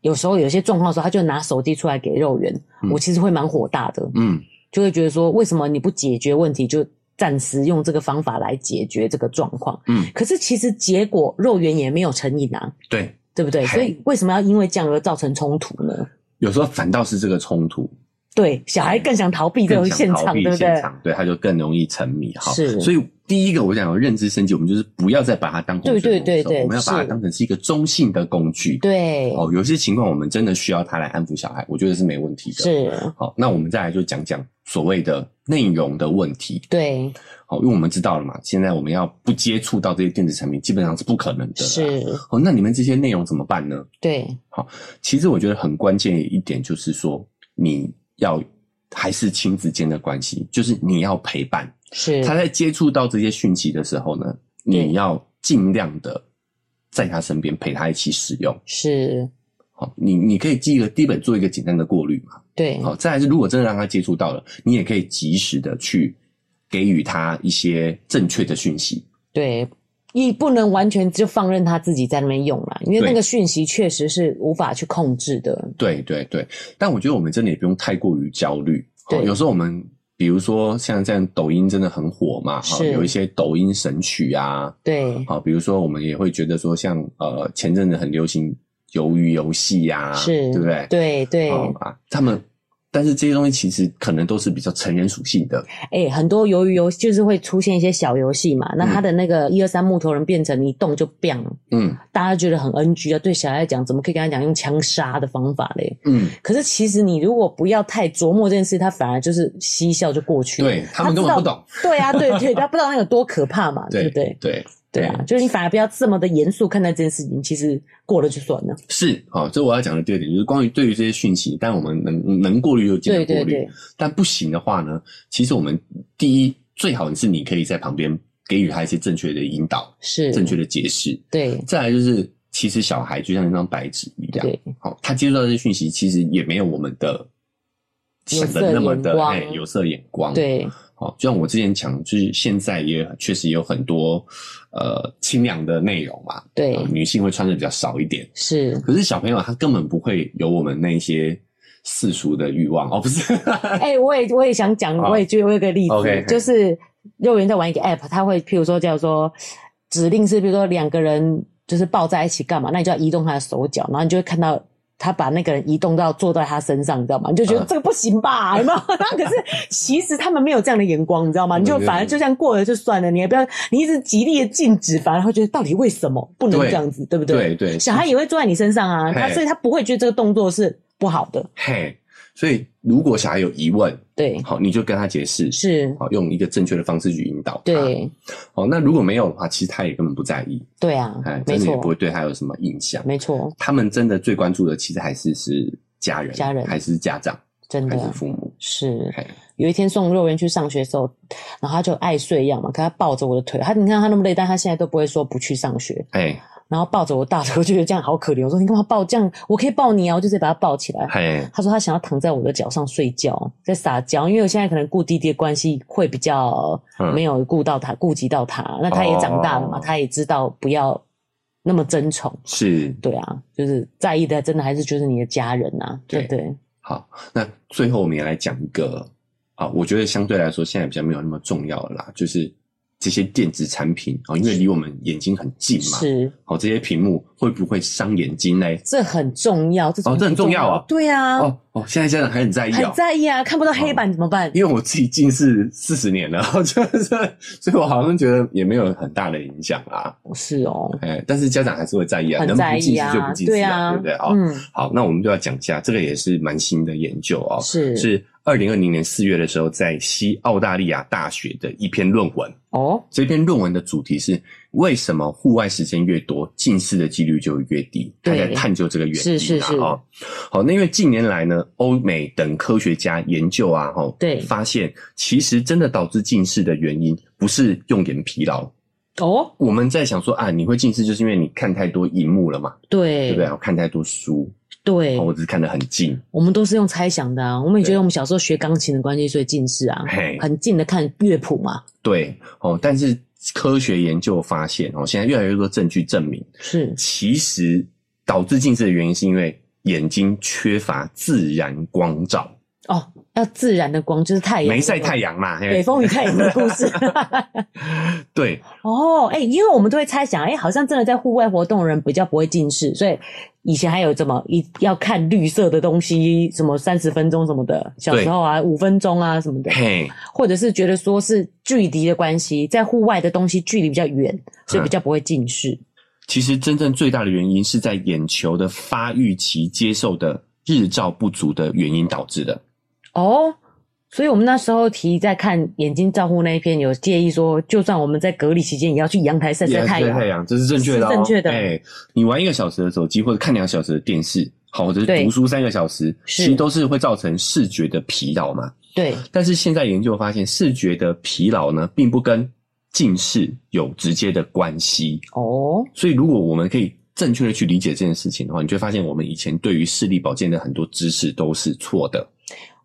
[SPEAKER 1] 有时候有些状况的时候，他就拿手机出来给肉圆，
[SPEAKER 2] 嗯
[SPEAKER 1] 我其实会蛮火大的，
[SPEAKER 2] 嗯
[SPEAKER 1] 就会觉得说，为什么你不解决问题，就暂时用这个方法来解决这个状况？
[SPEAKER 2] 嗯，
[SPEAKER 1] 可是其实结果肉圆也没有成瘾啊，
[SPEAKER 2] 对，
[SPEAKER 1] 对不对？
[SPEAKER 2] 嘿
[SPEAKER 1] 所以为什么要因为这样而造成冲突呢？
[SPEAKER 2] 有时候反倒是这个冲突，
[SPEAKER 1] 对，小孩更想逃避这种
[SPEAKER 2] 更想
[SPEAKER 1] 现
[SPEAKER 2] 逃
[SPEAKER 1] 场，
[SPEAKER 2] 避
[SPEAKER 1] 对不
[SPEAKER 2] 现
[SPEAKER 1] 对？
[SPEAKER 2] 场，对，他就更容易沉迷哈。
[SPEAKER 1] 是
[SPEAKER 2] 所以第一个我想有认知升级，我们就是不要再把它当工具
[SPEAKER 1] 对对对对
[SPEAKER 2] 我们要把它
[SPEAKER 1] 是
[SPEAKER 2] 当成是一个中性的工具。
[SPEAKER 1] 对，
[SPEAKER 2] 哦，有些情况我们真的需要它来安抚小孩，我觉得是没问题的。，
[SPEAKER 1] 是，
[SPEAKER 2] 好，那我们再来就讲讲所谓的内容的问题。
[SPEAKER 1] 对，
[SPEAKER 2] 好，因为我们知道了嘛，现在我们要不接触到这些电子产品，基本上是不可能的。。
[SPEAKER 1] 是，
[SPEAKER 2] 哦，那你们这些内容怎么办呢？
[SPEAKER 1] 对，
[SPEAKER 2] 其实我觉得很关键的一点就是说，你要还是亲子间的关系，就是你要陪伴
[SPEAKER 1] 是，
[SPEAKER 2] 他在接触到这些讯息的时候呢，
[SPEAKER 1] 嗯对
[SPEAKER 2] 你要尽量的在他身边陪他一起使用。
[SPEAKER 1] 是，
[SPEAKER 2] 好，你你可以记一个基本做一个简单的过滤嘛。
[SPEAKER 1] 对，
[SPEAKER 2] 好，再来是如果真的让他接触到了，你也可以及时的去给予他一些正确的讯息。
[SPEAKER 1] 对，你不能完全就放任他自己在那边用啦，因为
[SPEAKER 2] 对
[SPEAKER 1] 那个讯息确实是无法去控制的。
[SPEAKER 2] 对对对，但我觉得我们真的也不用太过于焦虑。
[SPEAKER 1] 对
[SPEAKER 2] 哦有时候我们比如说像这样抖音真的很火嘛，哈、
[SPEAKER 1] 是
[SPEAKER 2] 有一些抖音神曲啊，
[SPEAKER 1] 对，
[SPEAKER 2] 好、比如说我们也会觉得说像呃前阵子很流行鱿鱼游戏呀、
[SPEAKER 1] 是，
[SPEAKER 2] 对不对？
[SPEAKER 1] 对对，
[SPEAKER 2] 好啊，他们但是这些东西其实可能都是比较成人属性的，
[SPEAKER 1] 哎、很多鱿鱼游戏就是会出现一些小游戏嘛，那他的那个一二三木头人变成一动就 biang，
[SPEAKER 2] 嗯
[SPEAKER 1] 大家觉得很 NG 啊，对小孩来讲，怎么可以跟他讲用枪杀的方法嘞？
[SPEAKER 2] 嗯，
[SPEAKER 1] 可是其实你如果不要太琢磨这件事，他反而就是嬉笑就过去了。
[SPEAKER 2] 对他们根
[SPEAKER 1] 知
[SPEAKER 2] 本
[SPEAKER 1] 道
[SPEAKER 2] 不懂，
[SPEAKER 1] 对啊，对对，他不知道那有多可怕嘛， 对
[SPEAKER 2] 对
[SPEAKER 1] 不对？
[SPEAKER 2] 对
[SPEAKER 1] 对啊，就是你反而不要这么的严肃看待这件事情，其实过了就算了。
[SPEAKER 2] 是好、这我要讲的第二点就是关于对于这些讯息，但我们能能过滤就尽量过滤。但不行的话呢，其实我们第一最好是你可以在旁边给予他一些正确的引导、
[SPEAKER 1] 是
[SPEAKER 2] 正确的解释。
[SPEAKER 1] 对
[SPEAKER 2] 再来就是，其实小孩就像一张白纸一样，
[SPEAKER 1] 对
[SPEAKER 2] 好，他接触到这些讯息，其实也没有我们的
[SPEAKER 1] 有
[SPEAKER 2] 想的那么
[SPEAKER 1] 色
[SPEAKER 2] 的
[SPEAKER 1] 眼光
[SPEAKER 2] 哎有色眼光。，
[SPEAKER 1] 对
[SPEAKER 2] 好，就像我之前讲，就是现在也确实有很多呃清凉的内容嘛，
[SPEAKER 1] 对
[SPEAKER 2] 呃女性会穿的比较少一点，
[SPEAKER 1] 是。
[SPEAKER 2] 可是小朋友他根本不会有我们那些世俗的欲望哦，不是，
[SPEAKER 1] 哎、我也我也想讲，
[SPEAKER 2] 好
[SPEAKER 1] 我也觉得我有个例子
[SPEAKER 2] OK，
[SPEAKER 1] 就是幼儿园在玩一个 app，它会譬如说叫做指令是，比如说两个人就是抱在一起干嘛，那你就要移动他的手脚，然后你就会看到。他把那个人移动到坐在他身上，你知道吗？你就觉得
[SPEAKER 2] 嗯
[SPEAKER 1] 这个不行吧，有 没有？然后可是其实他们没有这样的眼光，你知道吗？你就
[SPEAKER 2] 嗯对对
[SPEAKER 1] 反而
[SPEAKER 2] 对
[SPEAKER 1] 就这样过了就算了，你也不要你一直极力的禁止，反而会觉得到底为什么不能
[SPEAKER 2] 对
[SPEAKER 1] 这样子，对不对？
[SPEAKER 2] 对对，
[SPEAKER 1] 小孩也会坐在你身上啊，他
[SPEAKER 2] 嘿
[SPEAKER 1] 所以他不会觉得这个动作是不好的，
[SPEAKER 2] 嘿，所以如果小孩有疑问，
[SPEAKER 1] 对，
[SPEAKER 2] 好，你就跟他解释，
[SPEAKER 1] 是，
[SPEAKER 2] 好，用一个正确的方式去引导他。，
[SPEAKER 1] 对。
[SPEAKER 2] 好，那如果没有的话，其实他也根本不在意，
[SPEAKER 1] 对啊
[SPEAKER 2] 哎，，
[SPEAKER 1] 没
[SPEAKER 2] 真的也不
[SPEAKER 1] 错
[SPEAKER 2] 会，对他有什么印象。
[SPEAKER 1] 没错，
[SPEAKER 2] 他们真的最关注的，其实还是是家人，
[SPEAKER 1] 家人啊
[SPEAKER 2] 还是家长，
[SPEAKER 1] 真
[SPEAKER 2] 还是
[SPEAKER 1] 的
[SPEAKER 2] 父母。
[SPEAKER 1] 是。
[SPEAKER 2] 嘿
[SPEAKER 1] 哎有一天送幼儿园去上学的时候，然后他就爱睡一样嘛，可他抱着我的腿，他你看他那么累，但他现在都不会说不去上学，
[SPEAKER 2] 嘿，
[SPEAKER 1] 然后抱着我大腿，我就觉得这样好可怜。我说你干嘛抱这样？我可以抱你啊，我就直接把他抱起来。
[SPEAKER 2] 嘿，
[SPEAKER 1] 他说他想要躺在我的脚上睡觉，在撒娇，因为我现在可能顾弟弟的关系会比较
[SPEAKER 2] 嗯
[SPEAKER 1] 没有顾到他，顾及到他。那他也长大了嘛，
[SPEAKER 2] 哦
[SPEAKER 1] 他也知道不要那么争宠。
[SPEAKER 2] 是
[SPEAKER 1] 对啊，就是在意的，真的还是就是你的家人呐、啊，对
[SPEAKER 2] 对
[SPEAKER 1] 不对？
[SPEAKER 2] 好。那最后我们也来讲一个啊，我觉得相对来说现在比较没有那么重要了啦，就是这些电子产品啊，因为离我们眼睛很近嘛，
[SPEAKER 1] 是，
[SPEAKER 2] 好，哦这些屏幕会不会伤眼睛嘞？
[SPEAKER 1] 这很重要，这
[SPEAKER 2] 哦这很重要啊
[SPEAKER 1] 对啊，
[SPEAKER 2] 哦哦，现在家长还很在意
[SPEAKER 1] 很
[SPEAKER 2] 哦。
[SPEAKER 1] 在意啊，看不到黑板怎么办？
[SPEAKER 2] 因为我自己近视四十年了， 就是，所以我好像觉得也没有很大的影响啊。
[SPEAKER 1] 是哦，
[SPEAKER 2] 哎，但是家长还是会在意啊，
[SPEAKER 1] 很
[SPEAKER 2] 能
[SPEAKER 1] 在
[SPEAKER 2] 不近
[SPEAKER 1] 意
[SPEAKER 2] 视就
[SPEAKER 1] 啊
[SPEAKER 2] 不，近视
[SPEAKER 1] 对啊，
[SPEAKER 2] 对不对啊、
[SPEAKER 1] 嗯，
[SPEAKER 2] 好，那我们就要讲一下，这个也是蛮新的研究哦，
[SPEAKER 1] 是
[SPEAKER 2] 是二零二零年四月的时候，在西澳大利亚大学的一篇论文。
[SPEAKER 1] 哦，
[SPEAKER 2] 这篇论文的主题是为什么户外时间越多，近视的几率就越低？他
[SPEAKER 1] 对
[SPEAKER 2] 在探究这个原因啊、
[SPEAKER 1] 是是是
[SPEAKER 2] 哦好，那因为近年来呢，欧美等科学家研究啊，哈、
[SPEAKER 1] 对
[SPEAKER 2] 发现其实真的导致近视的原因不是用眼疲劳，
[SPEAKER 1] 哦，
[SPEAKER 2] 我们在想说啊，你会近视就是因为你看太多荧幕了嘛，对
[SPEAKER 1] 对
[SPEAKER 2] 不对？我看太多书，哦
[SPEAKER 1] 对
[SPEAKER 2] 我只是看得很近，
[SPEAKER 1] 我们都是用猜想的啊，我们也觉
[SPEAKER 2] 对
[SPEAKER 1] 得我们小时候学钢琴的关系，所以近视啊，
[SPEAKER 2] 嘿，
[SPEAKER 1] 很近的看乐谱嘛，
[SPEAKER 2] 对哦。但是科学研究发现哦，现在越来越多证据证明，
[SPEAKER 1] 是
[SPEAKER 2] 其实导致近视的原因是因为眼睛缺乏自然光照，
[SPEAKER 1] 哦，要自然的光，就是太阳，
[SPEAKER 2] 没晒太，阳嘛，嘿
[SPEAKER 1] 北风与太阳的故 事。
[SPEAKER 2] 对
[SPEAKER 1] 哦，哎、因为我们都会猜想，哎、好像真的在户外活动的人比较不会近视，所以以前还有这么一要看绿色的东西，什么三十分钟什么的，小时候啊五分钟啊什么的，
[SPEAKER 2] 嘿，
[SPEAKER 1] 或者是觉得说是距离的关系，在户外的东西距离比较远，
[SPEAKER 2] 嗯
[SPEAKER 1] 所以比较不会近视。
[SPEAKER 2] 其实真正最大的原因是在眼球的发育期接受的日照不足的原因导致的。
[SPEAKER 1] 哦，所以我们那时候提在看眼睛照护那一篇，有建议说，就算我们在隔离期间，也要去阳台晒晒太阳。
[SPEAKER 2] 太阳，这是正确的、哦，
[SPEAKER 1] 是正确的
[SPEAKER 2] 哎、你玩一个小时的手机，或者看两个小时的电视，好，或者是
[SPEAKER 1] 对
[SPEAKER 2] 读书三个小时，
[SPEAKER 1] 是
[SPEAKER 2] 其实都是会造成视觉的疲劳嘛。
[SPEAKER 1] 对，
[SPEAKER 2] 但是现在研究发现，视觉的疲劳呢，并不跟近视有直接的关系。
[SPEAKER 1] 哦，
[SPEAKER 2] 所以，如果我们可以正确的去理解这件事情的话，你就会发现我们以前对于视力保健的很多知识都是错的。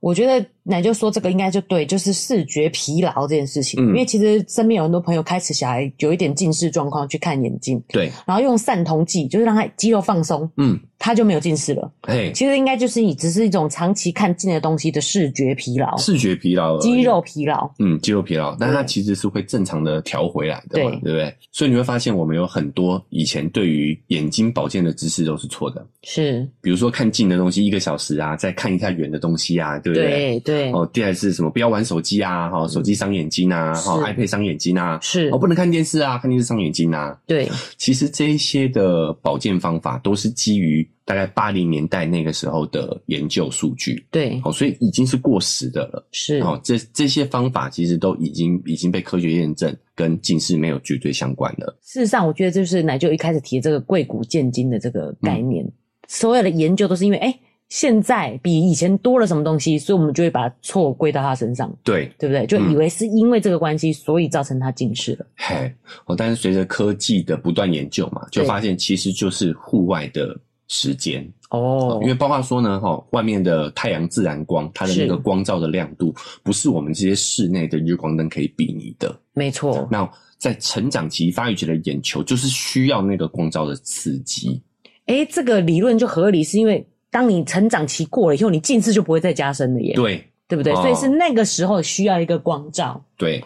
[SPEAKER 1] 我觉得奶就说这个应该就对，就是视觉疲劳这件事情，
[SPEAKER 2] 嗯
[SPEAKER 1] 因为其实身边有很多朋友开始小孩有一点近视状况去看眼睛，
[SPEAKER 2] 对，
[SPEAKER 1] 然后用散瞳剂，就是让他肌肉放松，
[SPEAKER 2] 嗯，
[SPEAKER 1] 他就没有近视了。
[SPEAKER 2] 嘿，
[SPEAKER 1] 其实应该就是以只是一种长期看近的东西的视觉疲劳、
[SPEAKER 2] 视觉疲劳而已，
[SPEAKER 1] 肌肉疲劳。
[SPEAKER 2] 嗯，肌肉疲劳，但它
[SPEAKER 1] 对
[SPEAKER 2] 其实是会正常的调回来的嘛，
[SPEAKER 1] 对
[SPEAKER 2] 对不对？所以你会发现，我们有很多以前对于眼睛保健的知识都是错的，
[SPEAKER 1] 是，
[SPEAKER 2] 比如说看近的东西一个小时啊，再看一下远的东西啊，对不对？
[SPEAKER 1] 对对，
[SPEAKER 2] 哦，第二是什么？不要玩手机啊，哈、手机伤眼睛啊，哈、
[SPEAKER 1] 嗯是
[SPEAKER 2] i p a d 伤眼睛啊，
[SPEAKER 1] 是
[SPEAKER 2] 哦，，不能看电视啊，看电视伤眼睛啊。
[SPEAKER 1] 对，
[SPEAKER 2] 其实这一些的保健方法都是基于大概八零年代那个时候的研究数据，
[SPEAKER 1] 对，
[SPEAKER 2] 哦，所以已经是过时的了。
[SPEAKER 1] 嗯是，
[SPEAKER 2] 哦，这这些方法其实都已经已经被科学验证，跟近视没有绝对相关了。
[SPEAKER 1] 事实上，我觉得
[SPEAKER 2] 嗯
[SPEAKER 1] 就是奶舅一开始提这个贵骨见金的这个概念，所有的研究都是因为哎。现在比以前多了什么东西，所以我们就会把错归到他身上，
[SPEAKER 2] 对，
[SPEAKER 1] 对不对？就
[SPEAKER 2] 嗯
[SPEAKER 1] 以为是因为这个关系，所以造成他近视了。
[SPEAKER 2] 嘿，哦，但是随着科技的不断研究嘛，就
[SPEAKER 1] 对
[SPEAKER 2] 发现其实就是户外的时间，
[SPEAKER 1] 哦
[SPEAKER 2] 因为包括说呢，哈、外面的太阳自然光，它的那个
[SPEAKER 1] 是
[SPEAKER 2] 光照的亮度，不是我们这些室内的日光灯可以比拟的。
[SPEAKER 1] 没错，
[SPEAKER 2] 那在成长期发育期的眼球，就是需要那个光照的刺激。
[SPEAKER 1] 诶，哎这个理论就合理，是因为当你成长期过了以后，你近视就不会再加深了耶，
[SPEAKER 2] 对
[SPEAKER 1] 对不对？
[SPEAKER 2] 哦
[SPEAKER 1] 所以是那个时候需要一个光照。
[SPEAKER 2] 对，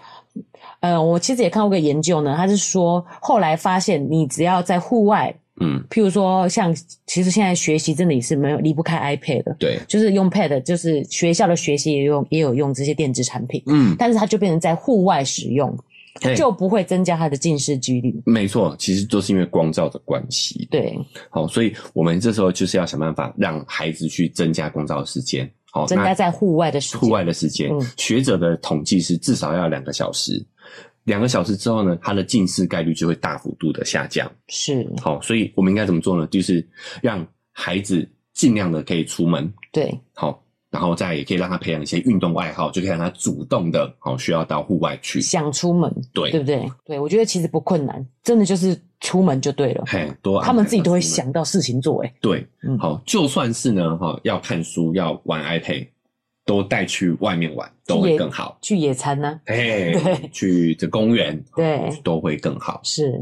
[SPEAKER 1] 呃，我其实也看过一个研究呢，他是说后来发现，你只要在户外，
[SPEAKER 2] 嗯，
[SPEAKER 1] 譬如说像，其实现在学习真的也是没有离不开 iPad 的，
[SPEAKER 2] 对，
[SPEAKER 1] 就是用 Pad，就是学校的学习也用也有用这些电子产品，
[SPEAKER 2] 嗯，
[SPEAKER 1] 但是它就变成在户外使用，
[SPEAKER 2] 嘿
[SPEAKER 1] 就不会增加它的近视几率。
[SPEAKER 2] 没错，其实都是因为光照的关系。
[SPEAKER 1] 对，
[SPEAKER 2] 好，所以我们这时候就是要想办法让孩子去增加光照的时间。好，
[SPEAKER 1] 增加
[SPEAKER 2] 哦那
[SPEAKER 1] 在户外的时
[SPEAKER 2] 户
[SPEAKER 1] 间。
[SPEAKER 2] 外的时间，
[SPEAKER 1] 嗯
[SPEAKER 2] 学者的统计是至少要两个小时。两个小时之后呢，他的近视概率就会大幅度的下降。
[SPEAKER 1] 是，
[SPEAKER 2] 好，所以我们应该怎么做呢？就是让孩子尽量的可以出门，
[SPEAKER 1] 对，
[SPEAKER 2] 好，然后再也可以让他培养一些运动爱好，就可以让他主动的，好，需要到户外去。
[SPEAKER 1] 想出门，
[SPEAKER 2] 对
[SPEAKER 1] 对不对？对，我觉得其实不困难，真的就是出门就对了。
[SPEAKER 2] 嘿，多安排
[SPEAKER 1] 他们自己都会
[SPEAKER 2] 出门
[SPEAKER 1] 想到事情做、欸，
[SPEAKER 2] 对，
[SPEAKER 1] 嗯
[SPEAKER 2] 好，就算是呢，哈，要看书，要玩 iPad，都带去外面玩，都会更好。
[SPEAKER 1] 去野餐啊呢、
[SPEAKER 2] 哎
[SPEAKER 1] 对，
[SPEAKER 2] 去这公园，
[SPEAKER 1] 对
[SPEAKER 2] 都会更好。
[SPEAKER 1] 是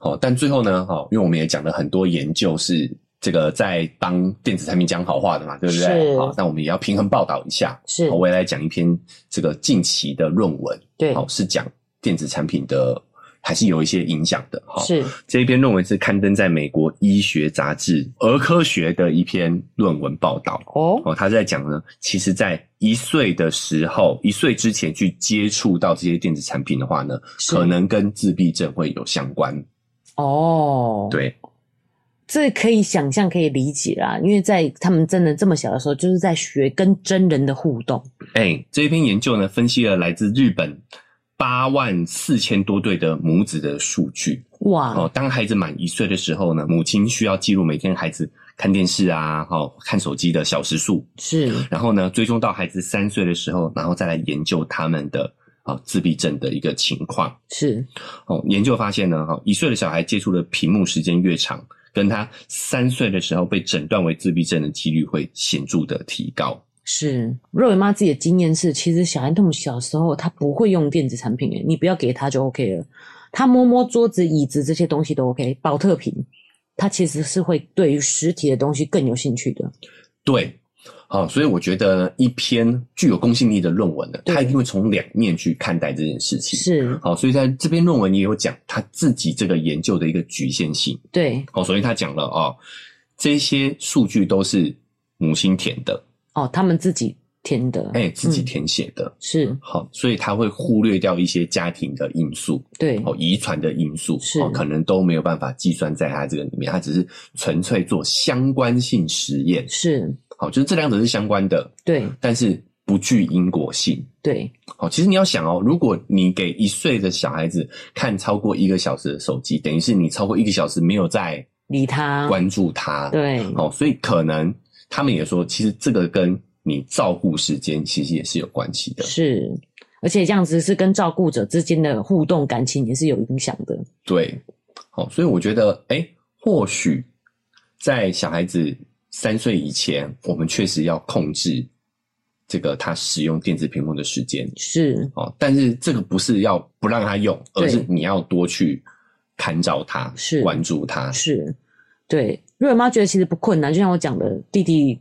[SPEAKER 2] 好，但最后呢，哈，因为我们也讲了很多研究是这个在帮电子产品讲好话的嘛，对不对？
[SPEAKER 1] 是
[SPEAKER 2] 好，那我们也要平衡报道一下。
[SPEAKER 1] 是
[SPEAKER 2] 哦好，，我也来讲一篇这个近期的论文，
[SPEAKER 1] 对，
[SPEAKER 2] 好，是讲电子产品的还是有一些影响的。哈，
[SPEAKER 1] 是
[SPEAKER 2] 这一篇论文是刊登在美国医学杂志儿科学的一篇论文报道。
[SPEAKER 1] 哦，
[SPEAKER 2] 哦，他是在讲呢，其实，在一岁的时候，一岁之前去接触到这些电子产品的话呢，
[SPEAKER 1] 是
[SPEAKER 2] 可能跟自闭症会有相关。
[SPEAKER 1] 哦，，
[SPEAKER 2] 对，
[SPEAKER 1] 这可以想象，可以理解啦，因为在他们真的这么小的时候，就是在学跟真人的互动，
[SPEAKER 2] 哎，这一篇研究呢，分析了来自日本八万四千多对的母子的数据。
[SPEAKER 1] 哇，
[SPEAKER 2] 哦，当孩子满一岁的时候呢，母亲需要记录每天孩子看电视啊，哦，看手机的小时数，
[SPEAKER 1] 是
[SPEAKER 2] 然后呢，追踪到孩子三岁的时候，然后再来研究他们的啊、哦自闭症的一个情况。
[SPEAKER 1] 是
[SPEAKER 2] 哦，研究发现呢，哈、哦，一岁的小孩接触的屏幕时间越长，跟他三岁的时候被诊断为自闭症的几率会显著的提高。
[SPEAKER 1] 是。若伟妈自己的经验是，其实小孩那么小时候，他不会用电子产品、欸，你不要给他就 OK 了，他摸摸桌子、椅子这些东西都 OK，保特瓶，他其实是会对于实体的东西更有兴趣
[SPEAKER 2] 嗯
[SPEAKER 1] 的，
[SPEAKER 2] 对，好、所以我觉得一篇具有公信力的论文呢，
[SPEAKER 1] 对
[SPEAKER 2] 它一定会从两面去看待这件事情。
[SPEAKER 1] 是
[SPEAKER 2] 好，所以在这篇论文也有讲他自己这个研究的一个局限性。
[SPEAKER 1] 对
[SPEAKER 2] 哦，首先他讲了哦，这些数据都是母亲填的，
[SPEAKER 1] 哦，他们自己填的，
[SPEAKER 2] 哎、自己
[SPEAKER 1] 嗯
[SPEAKER 2] 填写的。
[SPEAKER 1] 是
[SPEAKER 2] 好，所以他会忽略掉一些家庭的因素，
[SPEAKER 1] 对
[SPEAKER 2] 哦，遗传的因素，
[SPEAKER 1] 是
[SPEAKER 2] 哦，可能都没有办法计算在他这个里面，他只是纯粹做相关性实验，
[SPEAKER 1] 是，
[SPEAKER 2] 好，就是这两者是相关的，
[SPEAKER 1] 对
[SPEAKER 2] 但是不具因果性。
[SPEAKER 1] 对
[SPEAKER 2] 好，其实你要想哦，如果你给一岁的小孩子看超过一个小时的手机，等于是你超过一个小时没有在
[SPEAKER 1] 理他，
[SPEAKER 2] 关注他，，
[SPEAKER 1] 嗯对
[SPEAKER 2] 哦，所以可能他们也说，其实这个跟你照顾时间其实也是有关系的，
[SPEAKER 1] 是，而且这样子是跟照顾者之间的互动感情也是有影响的，
[SPEAKER 2] 对，好，所以我觉得，哎、或许在小孩子三岁以前，我们确实要控制这个他使用电子屏幕的时间
[SPEAKER 1] 是
[SPEAKER 2] 哦，但是这个不是要不让他用，而
[SPEAKER 1] 对
[SPEAKER 2] 是你要多去看照他，
[SPEAKER 1] 是
[SPEAKER 2] 关注他，
[SPEAKER 1] 是，对。瑞尔妈觉得其实不困难，就像我讲的，弟弟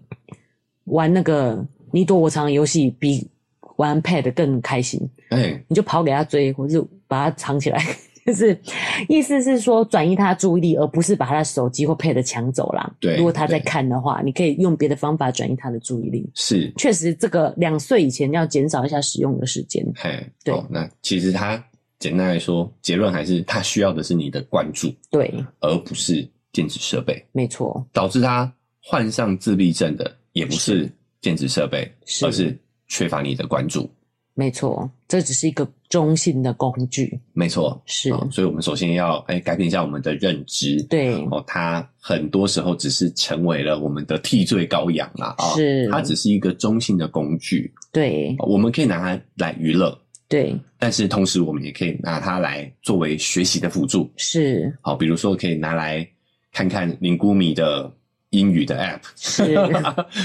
[SPEAKER 1] 玩那个你躲我藏的游戏比玩 Pad 更开心，
[SPEAKER 2] 哎、
[SPEAKER 1] 你就跑给他追，或是把他藏起来。 就是意思是说转移他的注意力，而不是把他的手机或 Pad 抢走啦。
[SPEAKER 2] 对
[SPEAKER 1] 如果他在
[SPEAKER 2] 对
[SPEAKER 1] 看的话，你可以用别的方法转移他的注意力。
[SPEAKER 2] 是。
[SPEAKER 1] 确实，这个两岁以前要减少一下使用的时间。
[SPEAKER 2] 嘿，
[SPEAKER 1] 对
[SPEAKER 2] 哦，那其实他简单来说，结论还是他需要的是你的关注，
[SPEAKER 1] 对，
[SPEAKER 2] 而不是电子设备。
[SPEAKER 1] 没错，
[SPEAKER 2] 导致他患上自闭症的，也不是电子设备，
[SPEAKER 1] 是
[SPEAKER 2] 而是缺乏你的关注。
[SPEAKER 1] 没错，这只是一个中性的工具，
[SPEAKER 2] 没错，
[SPEAKER 1] 是
[SPEAKER 2] 哦所以我们首先要哎改变一下我们的认知，
[SPEAKER 1] 对
[SPEAKER 2] 哦，它很多时候只是成为了我们的替罪羔羊啦啊，
[SPEAKER 1] 是
[SPEAKER 2] 它只是一个中性的工具，
[SPEAKER 1] 对
[SPEAKER 2] 哦我们可以拿它来娱乐，
[SPEAKER 1] 对
[SPEAKER 2] 但是同时我们也可以拿它来作为学习的辅助，
[SPEAKER 1] 是
[SPEAKER 2] 好，比如说可以拿来看看林姑米的英语的 app，
[SPEAKER 1] 是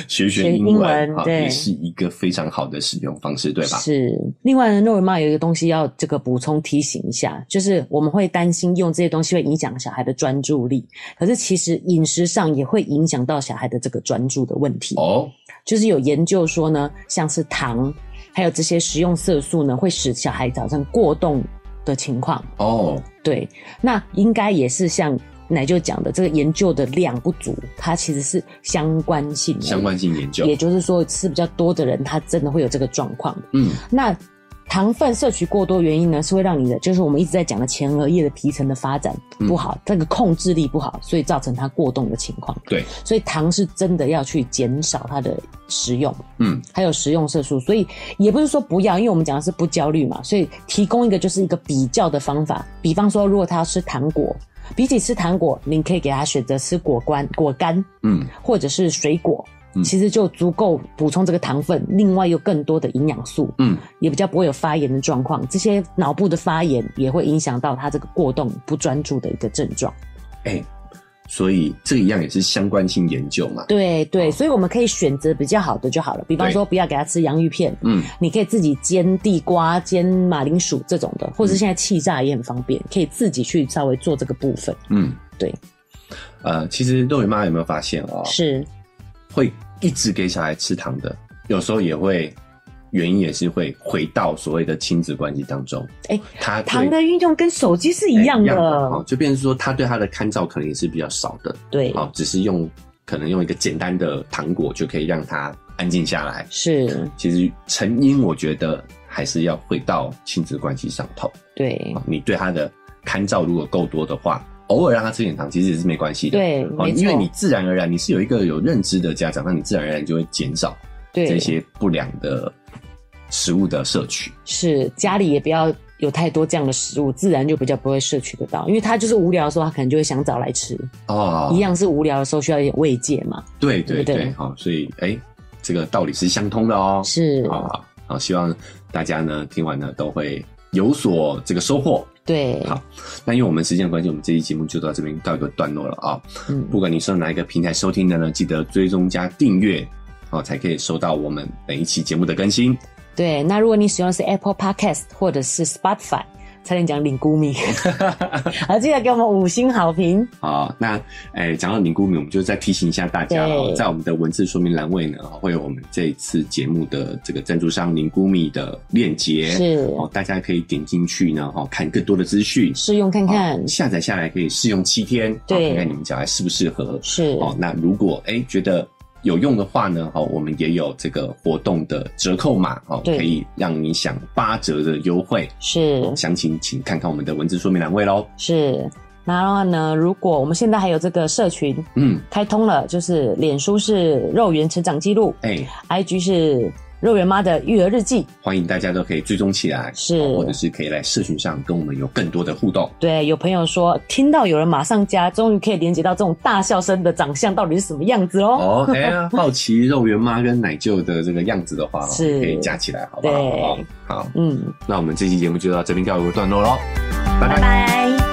[SPEAKER 2] 学学
[SPEAKER 1] 学
[SPEAKER 2] 英
[SPEAKER 1] 英
[SPEAKER 2] 文
[SPEAKER 1] 文
[SPEAKER 2] 好
[SPEAKER 1] 对
[SPEAKER 2] 也是一个非常好的使用方式，对吧？
[SPEAKER 1] 是。另外呢，诺尔玛有一个东西要这个补充提醒一下，就是我们会担心用这些东西会影响小孩的专注力，可是其实饮食上也会影响到小孩的这个专注的问题。
[SPEAKER 2] 哦，
[SPEAKER 1] 就是有研究说呢，像是糖，还有这些食用色素呢，会使小孩早上过动的情况。
[SPEAKER 2] 哦，
[SPEAKER 1] 对，那应该也是像奶就讲的，这个研究的量不足，它其实是相关性的
[SPEAKER 2] 相关性研究
[SPEAKER 1] 也，就是说吃比较多的人，他真的会有这个状况。
[SPEAKER 2] 嗯，
[SPEAKER 1] 那糖分摄取过多原因呢，是会让你的，就是我们一直在讲的前额叶的皮层的发展
[SPEAKER 2] 嗯
[SPEAKER 1] 不好，这个控制力不好，所以造成它过动的情况。
[SPEAKER 2] 对，
[SPEAKER 1] 所以糖是真的要去减少它的食用，
[SPEAKER 2] 嗯，
[SPEAKER 1] 还有食用色素。所以也不是说不要，因为我们讲的是不焦虑嘛，所以提供一个就是一个比较的方法。比方说，如果他要吃糖果，比起吃糖果，您可以给他选择吃果干、果干
[SPEAKER 2] 嗯，
[SPEAKER 1] 或者是水果
[SPEAKER 2] 嗯。
[SPEAKER 1] 其实就足够补充这个糖分，另外有更多的营养素，
[SPEAKER 2] 嗯，
[SPEAKER 1] 也比较不会有发炎的状况。这些脑部的发炎也会影响到他这个过动不专注的一个症状。
[SPEAKER 2] 哎、所以这一样也是相关性研究嘛，
[SPEAKER 1] 对对，
[SPEAKER 2] 哦
[SPEAKER 1] 所以我们可以选择比较好的就好了，比方
[SPEAKER 2] 对
[SPEAKER 1] 说不要给他吃洋芋片，
[SPEAKER 2] 嗯，
[SPEAKER 1] 你可以自己煎地瓜、煎马铃薯这种
[SPEAKER 2] 嗯
[SPEAKER 1] 的，或者是现在气炸也很方便，可以自己去稍微做这个部分。
[SPEAKER 2] 嗯，
[SPEAKER 1] 对。
[SPEAKER 2] 呃，其实肉圆妈有没有发现哦？
[SPEAKER 1] 是
[SPEAKER 2] 会一直给小孩吃糖的，有时候也会，原因也是会回到所谓的亲子关系当中。
[SPEAKER 1] 哎
[SPEAKER 2] 他对
[SPEAKER 1] 糖的运用跟手机是
[SPEAKER 2] 哎
[SPEAKER 1] 一样的，
[SPEAKER 2] 哦，就变成说他对他的看照可能也是比较少的，
[SPEAKER 1] 对，
[SPEAKER 2] 哦，只是用可能用一个简单的糖果就可以让他安静下来。
[SPEAKER 1] 是，
[SPEAKER 2] 其实成因我觉得还是要回到亲子关系上头。
[SPEAKER 1] 对
[SPEAKER 2] 哦，你对他的看照如果够多的话，偶尔让他吃点糖其实也是没关系的。
[SPEAKER 1] 对
[SPEAKER 2] 哦，
[SPEAKER 1] 没错
[SPEAKER 2] 因为你自然而然你是有一个有认知的家长，那你自然而然就会减少这
[SPEAKER 1] 对，
[SPEAKER 2] 些不良的食物的摄取。
[SPEAKER 1] 是家里也不要有太多这样的食物，自然就比较不会摄取得到，因为他就是无聊的时候，他可能就会想找来吃，
[SPEAKER 2] 哦
[SPEAKER 1] 一，样是无聊的时候需要一点慰藉嘛，
[SPEAKER 2] 对
[SPEAKER 1] 对不
[SPEAKER 2] 对对
[SPEAKER 1] 对，
[SPEAKER 2] 好、哦，所以哎，这个道理是相通的哦。
[SPEAKER 1] 是，
[SPEAKER 2] 好好好，希望大家呢听完呢都会有所这个收获。
[SPEAKER 1] 对，
[SPEAKER 2] 好那因为我们时间的关系，我们这期节目就到这边告一个段落了啊、
[SPEAKER 1] 嗯，
[SPEAKER 2] 不管你是用哪一个平台收听的呢，记得追踪加订阅哦，才可以收到我们每一期节目的更新。
[SPEAKER 1] 对，那如果你使用的是 Apple Podcast 或者是 Spotify，差点讲领谷 米，好，记得给我们五星好评。
[SPEAKER 2] 好，那诶，讲到凝固米，我们就再提醒一下大家哦，
[SPEAKER 1] 对
[SPEAKER 2] 在我们的文字说明栏位呢，会有我们这一次节目的这个赞助商凝固米的链接，
[SPEAKER 1] 是
[SPEAKER 2] 哦，大家可以点进去呢，哦，看更多的资讯，
[SPEAKER 1] 试用看看
[SPEAKER 2] 哦，下载下来可以试用七天，哦
[SPEAKER 1] 对
[SPEAKER 2] 看看你们小孩适不适合。
[SPEAKER 1] 是
[SPEAKER 2] 哦，那如果哎觉得有用的话呢，哦，我们也有这个活动的折扣码哦，
[SPEAKER 1] 对
[SPEAKER 2] 可以让你享八折的优惠。
[SPEAKER 1] 是
[SPEAKER 2] 详情请看看我们的文字说明栏位喽。
[SPEAKER 1] 是。然后呢，如果我们现在还有这个社群
[SPEAKER 2] 嗯，
[SPEAKER 1] 开通了，就是脸书是肉圆成长记录
[SPEAKER 2] 哎、
[SPEAKER 1] ，IG 是肉圆妈的育儿日记，
[SPEAKER 2] 欢迎大家都可以追踪起来，
[SPEAKER 1] 是
[SPEAKER 2] 哦或者是可以来社群上跟我们有更多的互动。
[SPEAKER 1] 对，有朋友说听到有人马上加，终于可以连接到这种大笑声的长相到底是什么样子哦。
[SPEAKER 2] 哦，哎 呀，好奇肉圆妈跟奶舅的这个样子的话，哦
[SPEAKER 1] 是
[SPEAKER 2] 可以加起来，好不好？
[SPEAKER 1] 对
[SPEAKER 2] 好不好，好，
[SPEAKER 1] 嗯，
[SPEAKER 2] 那我们这期节目就到这边告一个段落喽，拜拜
[SPEAKER 1] 拜拜